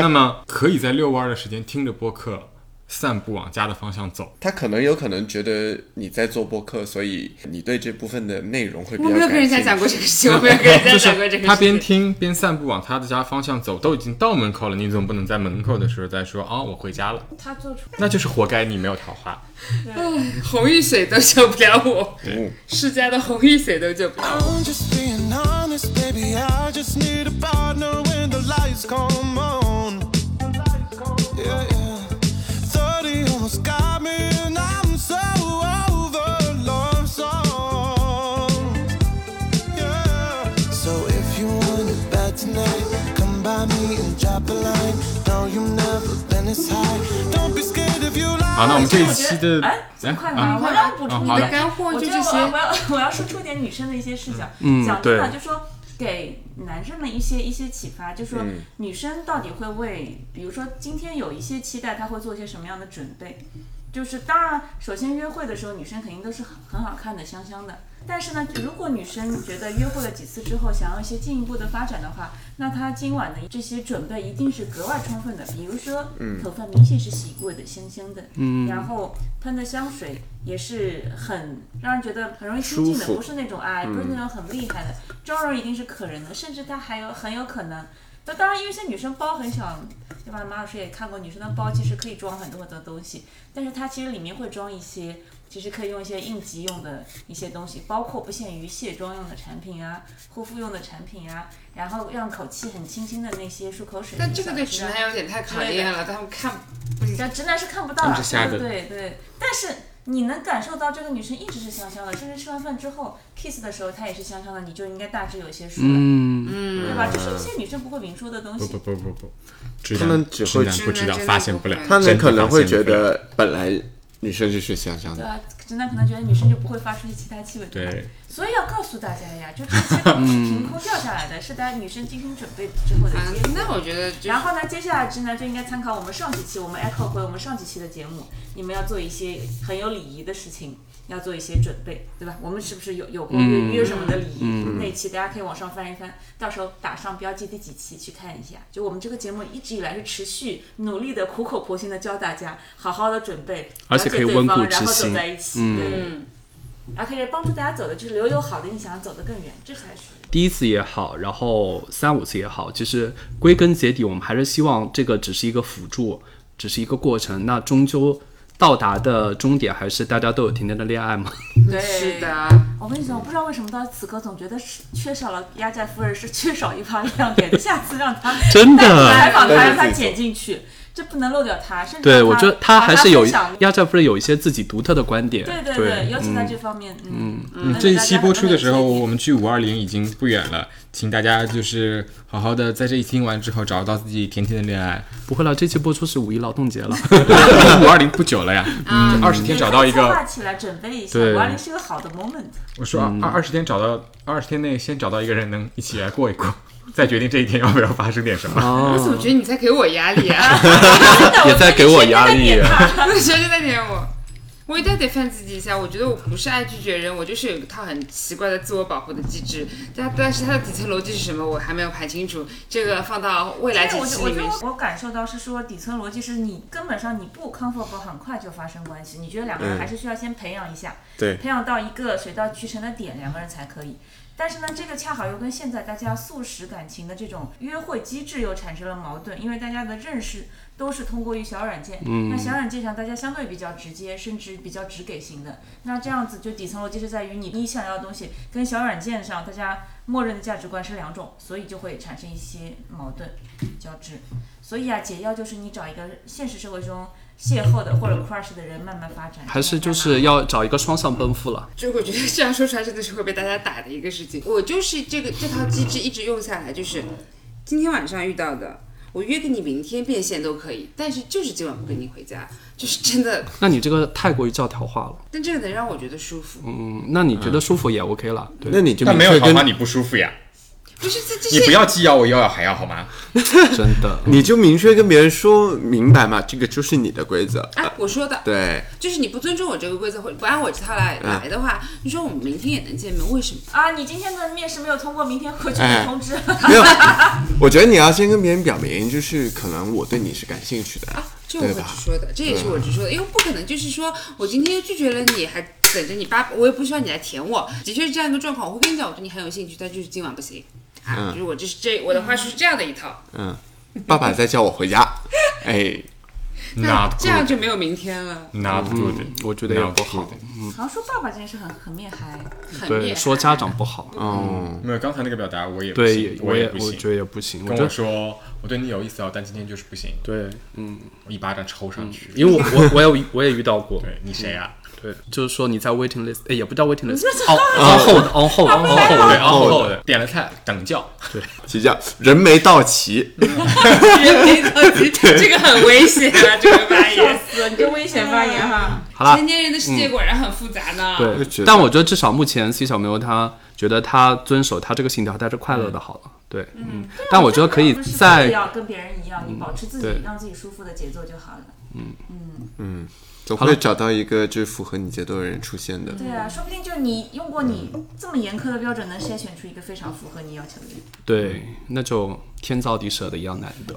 Speaker 4: 那么可以在遛弯儿的时间听着播客，散步往家的方向走。
Speaker 6: 他可能有可能觉得你在做播客，所以你对这部分的内容会比
Speaker 3: 我
Speaker 6: 较
Speaker 3: 没有跟人家
Speaker 6: 感兴趣
Speaker 3: 讲过这个事情，我没有跟人家
Speaker 4: *laughs* 就
Speaker 3: 讲过这个事
Speaker 4: 是
Speaker 6: *laughs*
Speaker 3: 情。
Speaker 4: 他边听边散步往他的家方向走，都已经到门口了，你总不能在门口的时候再说啊、我回家了，
Speaker 5: 他做出
Speaker 4: 那就是活该你没有桃花。
Speaker 3: 红玉水都救不了我
Speaker 6: 嗯，
Speaker 3: 世家的红玉水都救不了我。
Speaker 7: I'm just being honest, baby. I just need a partner when the lights come on. Yeah, yeah. 30 almost got me, and I'm so over love songs. Yeah. So if you want it bad tonight, come by me and drop a line. No, you never been this high. Don't be scared if you lie.
Speaker 4: 好，那我们这一
Speaker 5: 我
Speaker 4: 期
Speaker 5: 觉
Speaker 4: 的
Speaker 5: 得，哎，这么快吗？我要补充
Speaker 4: 啊
Speaker 5: 一
Speaker 4: 好
Speaker 5: 个
Speaker 4: 的
Speaker 3: 干货
Speaker 5: 我
Speaker 3: 就
Speaker 5: 觉
Speaker 3: 这
Speaker 5: 得我
Speaker 3: 些
Speaker 5: 要我要我要说出一点女生的一些视角，
Speaker 2: 嗯
Speaker 5: 讲真的
Speaker 2: 对
Speaker 5: 就说给男生们一些一些启发，就说
Speaker 6: 嗯
Speaker 5: 女生到底会为，比如说今天有一些期待，她会做一些什么样的准备？就是当然，首先约会的时候，女生肯定都是很很好看的、香香的。但是呢，如果女生觉得约会了几次之后，想要一些进一步的发展的话，那她今晚的这些准备一定是格外充分的。比如说，
Speaker 6: 嗯
Speaker 5: 头发明显是洗过的、香香的，嗯，然后喷的香水也是很让人觉得很容易亲近的，
Speaker 6: 舒服
Speaker 5: 不是那种哎，不是那种很厉害的，妆容一定是可人的，甚至她还有很有可能。那当然，因为现在女生包很小，对吧？马老师也看过，女生的包其实可以装很多很多东西，但是它其实里面会装一些，其实可以用一些应急用的一些东西，包括不限于卸妆用的产品啊、护肤用的产品啊，然后让口气很清新的那些漱口水。
Speaker 3: 但这个对
Speaker 5: 小
Speaker 3: 直
Speaker 5: 纸啊
Speaker 3: 男有点太考验了，他们看啊
Speaker 5: 但直男是看不到了，
Speaker 4: 是瞎的
Speaker 5: 对对。但是你能感受到这个女生一直是香香的，甚至吃完饭之后 kiss 的时候她也是香香的，你就应该大致有一些数了，
Speaker 2: 嗯，
Speaker 5: 对吧？就是一些女生不会明说的东
Speaker 4: 不
Speaker 5: 西
Speaker 4: 不。不不不，直
Speaker 6: 他
Speaker 4: 男
Speaker 6: 们只
Speaker 4: 直
Speaker 6: 会
Speaker 4: 男不知道，发现不了。
Speaker 6: 他们
Speaker 4: 真的
Speaker 6: 可能会
Speaker 4: 发现
Speaker 6: 觉
Speaker 4: 不了
Speaker 6: 得本来女生就是香香
Speaker 5: 对
Speaker 6: 的，
Speaker 5: 啊，直男可能觉得女生就不会发出其他气味，吧
Speaker 4: 对，
Speaker 5: 所以要告诉大家呀，就这些都不是凭空掉下来的，是大家女生精心准备之后的
Speaker 3: 啊
Speaker 5: 结果。，
Speaker 3: 那我觉得就
Speaker 5: 然后呢，接下来直男就应该参考我们上几期，我们 echo 回我们上几期的节目，你们要做一些很有礼仪的事情，要做一些准备，对吧？我们是不是有有过约
Speaker 2: 嗯
Speaker 5: 约什么的礼仪、那一期，大家可以往上翻一翻，到时候打上标记第几期去看一下。就我们这个节目一直以来是持续努力的、苦口婆心的教大家好好的准备，
Speaker 2: 而且
Speaker 5: 了解
Speaker 2: 可以
Speaker 5: 对
Speaker 2: 温
Speaker 5: 方
Speaker 2: 故
Speaker 5: 然
Speaker 2: 知
Speaker 5: 后走
Speaker 2: 新嗯
Speaker 5: 在一起，对。然后可以帮助大家走的就是留有好的印象，走得更远，这才是。
Speaker 2: 第一次也好，然后三五次也好，其实归根结底，我们还是希望这个只是一个辅助，只是一个过程。那终究到达的终点还是大家都有甜甜的恋爱 *laughs* 嘛。
Speaker 3: 对，
Speaker 5: 是
Speaker 3: 是
Speaker 5: 的
Speaker 3: 的，
Speaker 5: 我跟你讲，我不知道为什么到此刻总觉得是缺少了压寨夫人是缺少一趴亮点，下次让他
Speaker 2: *laughs* 真的
Speaker 5: 采访他
Speaker 6: 但
Speaker 5: 让
Speaker 6: 是
Speaker 5: 他
Speaker 6: 自己
Speaker 5: 剪进去，这不能漏掉他。甚至
Speaker 2: 对，
Speaker 5: 让
Speaker 2: 我觉得
Speaker 5: 他
Speaker 2: 他还是有
Speaker 5: 把他分享
Speaker 2: 压寨夫人有一些自己独特的观点。
Speaker 5: 对对对，尤其在这方面，嗯嗯
Speaker 4: 这一期播出的时候，我们距五二零嗯已经不远了，请大家就是好好的在这一听完之后，找到自己甜甜的恋
Speaker 5: *laughs*
Speaker 4: 爱。
Speaker 2: 不会了，这期播出是五一劳动节了。
Speaker 4: 五二零不久了呀，
Speaker 5: 啊
Speaker 4: 嗯二十天找到一
Speaker 5: 策
Speaker 4: 个
Speaker 5: 划，起来准备一下，
Speaker 2: 对
Speaker 5: 五二零是个好的
Speaker 2: *laughs*
Speaker 5: moment。
Speaker 4: 我说
Speaker 2: 嗯
Speaker 4: 二二十天找到二十天内先找到一个人能一起来过一过，再决定这一天要不要发生点什么。
Speaker 2: 啊
Speaker 3: 我怎么觉得你在给我压力啊？ *laughs*
Speaker 2: 也在给我压力。啊
Speaker 3: 我觉得在点我。我一定得 defend 自己一下，我觉得我不是爱拒绝人，我就是有一套很奇怪的自我保护的机制，但但是它的底层逻辑是什么，我还没有排清楚。这个放到未来
Speaker 5: 对，
Speaker 3: 几
Speaker 5: 我
Speaker 3: 期
Speaker 5: 就我
Speaker 3: 里
Speaker 5: 觉
Speaker 3: 面，
Speaker 5: 得我感受到是说，底层逻辑是你根本上你不 comfortable，很快就发生关系。你觉得两个人还是需要先培养一下，
Speaker 6: 对
Speaker 5: 培养到一个水到渠成的点，两个人才可以。但是呢，这个恰好又跟现在大家速食感情的这种约会机制又产生了矛盾，因为大家的认识都是通过于小软件，那小软件上大家相对比较直接，甚至比较直给型的。那这样子就底层逻辑是在于你你想要的东西跟小软件上大家默认的价值观是两种，所以就会产生一些矛盾交织。所以啊，解药就是你找一个现实社会中邂逅的或者 crush 的人慢慢发展，
Speaker 2: 还是就是要找一个双向奔赴了。
Speaker 3: 就我觉得这样说出来真的是会被大家打的一个事情。我就是这个这套机制一直用下来，就是今天晚上遇到的，我约跟你明天变现都可以，但是就是今晚不跟你回家，就是真的。
Speaker 2: 那你这个太过于教条化了，
Speaker 3: 但这个能让我觉得舒服，
Speaker 2: 嗯，那你觉得舒服也 OK 了，
Speaker 6: 嗯
Speaker 2: 对，
Speaker 9: 那你就
Speaker 4: 但没有
Speaker 9: 明确
Speaker 4: 桃花
Speaker 9: 跟
Speaker 4: 你不舒服呀，
Speaker 3: 不是这这
Speaker 4: 你不
Speaker 3: 是
Speaker 4: 要既要我又要还要好吗？
Speaker 2: 真的。
Speaker 9: 你就明确跟别人说明白嘛，这个就是你的规则。
Speaker 3: 啊，我说的。
Speaker 9: 对，
Speaker 3: 就是你不尊重我这个规则，或者不按我这套来来的话，你说我们明天也能见面，为什么？
Speaker 5: 啊，你今天的面试没有通过，明天回去
Speaker 9: 哎
Speaker 5: 被通知。
Speaker 9: 没有，我觉得你要先跟别人表明，就是可能我对你是感兴趣的。
Speaker 3: 啊，这我会
Speaker 9: 对吧
Speaker 3: 直说的，这也是我直说的，因为不可能就是说我今天拒绝了你，还等着你八，我也不需要你来舔我，的确是这样一个状况。我会跟你讲，我对你很有兴趣，但就是今晚不行啊，
Speaker 9: 嗯
Speaker 3: 就是我这是这我的话术是这样的一套，
Speaker 9: 爸爸在叫我回家，哎，
Speaker 2: 嗯
Speaker 3: 那
Speaker 4: Not
Speaker 3: 这样就没有明天了，
Speaker 4: Not good，
Speaker 2: 我觉得也不好
Speaker 4: Not good
Speaker 5: 好像说爸爸这件事很很面 *laughs* 嗨，
Speaker 3: 很厉
Speaker 2: 嗯对，
Speaker 3: 害。
Speaker 2: 说
Speaker 3: *laughs*
Speaker 2: 家长不好，
Speaker 9: 哦，
Speaker 4: 没有刚才那个表达我也不
Speaker 2: 对，
Speaker 4: 行
Speaker 2: 也，
Speaker 4: 我
Speaker 2: 也
Speaker 4: 不
Speaker 2: 啊我
Speaker 4: 行。
Speaker 2: 觉得也不行。
Speaker 4: 跟
Speaker 2: 觉
Speaker 4: 我
Speaker 2: 得
Speaker 4: 说我对你有意思哦，但今天就是不行，
Speaker 2: 对，嗯
Speaker 4: 我一巴掌抽上去。
Speaker 2: 因为我我我也我也遇到过，
Speaker 4: 对你谁啊？
Speaker 2: 对，就是说你在 waiting list，哎，也哦不叫 waiting list，on on hold on hold on
Speaker 4: 对，
Speaker 2: hold，
Speaker 4: 然后点了菜等叫，
Speaker 9: 起叫人没到齐，
Speaker 3: 这个很危险啊，这个发言。
Speaker 5: 死你这危险发言哈！
Speaker 2: 好
Speaker 9: 啊
Speaker 2: 啦
Speaker 3: 成。年人的
Speaker 9: 嗯
Speaker 3: 世界果然很复杂呢。
Speaker 9: 就觉
Speaker 2: 对，
Speaker 9: 得
Speaker 2: 但我觉得至少目前 C 小喵她觉得她遵守她这个信条，她是快乐的，好了。对，嗯，但我觉得可以
Speaker 5: 就是不
Speaker 2: 再
Speaker 5: 要跟别人一样，你保持自
Speaker 2: 对
Speaker 5: 己让自己舒服的节奏就好了。
Speaker 9: 总会找到一个就是符合你节奏的人出现的。
Speaker 5: 对啊，说不定就你用过你这么严苛的标准，能筛选出一个非常符合你要求的人。
Speaker 2: 对，那就天造地设的一样难得。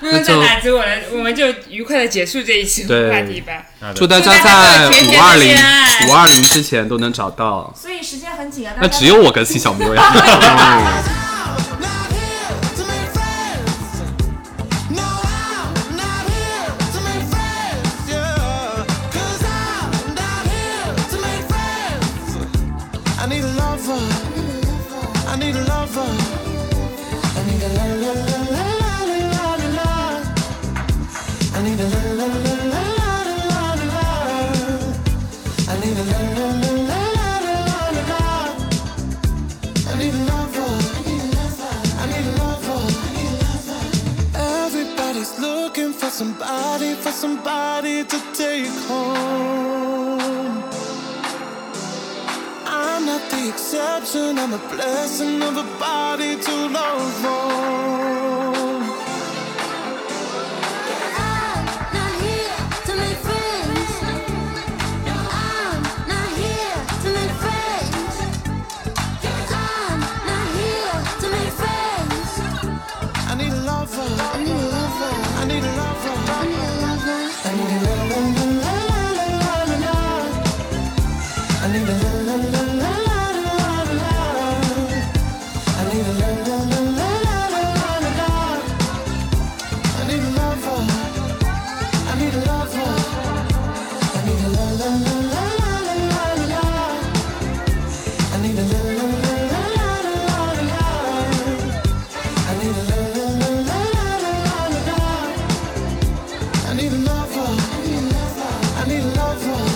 Speaker 3: 不用再
Speaker 2: 那就
Speaker 3: 打击我了，我们就愉快的结束这一期
Speaker 2: 对
Speaker 3: 话题吧。
Speaker 2: 祝大家
Speaker 3: 祝大
Speaker 2: 在
Speaker 3: 家
Speaker 2: 五
Speaker 3: 快
Speaker 2: 二
Speaker 3: 乐
Speaker 2: 零
Speaker 3: 甜甜的
Speaker 2: 五二零之前都能找到。
Speaker 5: 所以时间很紧啊，大
Speaker 2: 那
Speaker 5: 家
Speaker 2: 只有我跟 C 小喵呀。
Speaker 7: Not here to make friends. No, I'm not here to make friends. Yeah, 'Cause I'm not here to make friends. I need a lover. I need a lover. I need a la la la la la la la la la. I need a la la la la la la la la. I need a la la la la la la la la. I need a lover. I need a lover. Everybody's looking for somebody, for somebody to take home. I'm not the exception, I'm a blessing of a body to love on.
Speaker 8: I'm not here to make friends. I'm not here to make friends. I'm not here to make friends.
Speaker 7: I need a lover.
Speaker 8: I need a lover.
Speaker 7: I need a lover.
Speaker 8: I need a lover.
Speaker 7: I need a la la la la la la la la. I need a la la la la la la la la. I need a la la la la la la la la la. I need a lover. I need a lover. I need a la la la la la la la la la. I need a la la la la la la la la la. I need a la la la la la la la la. I need a lover. I need a lover.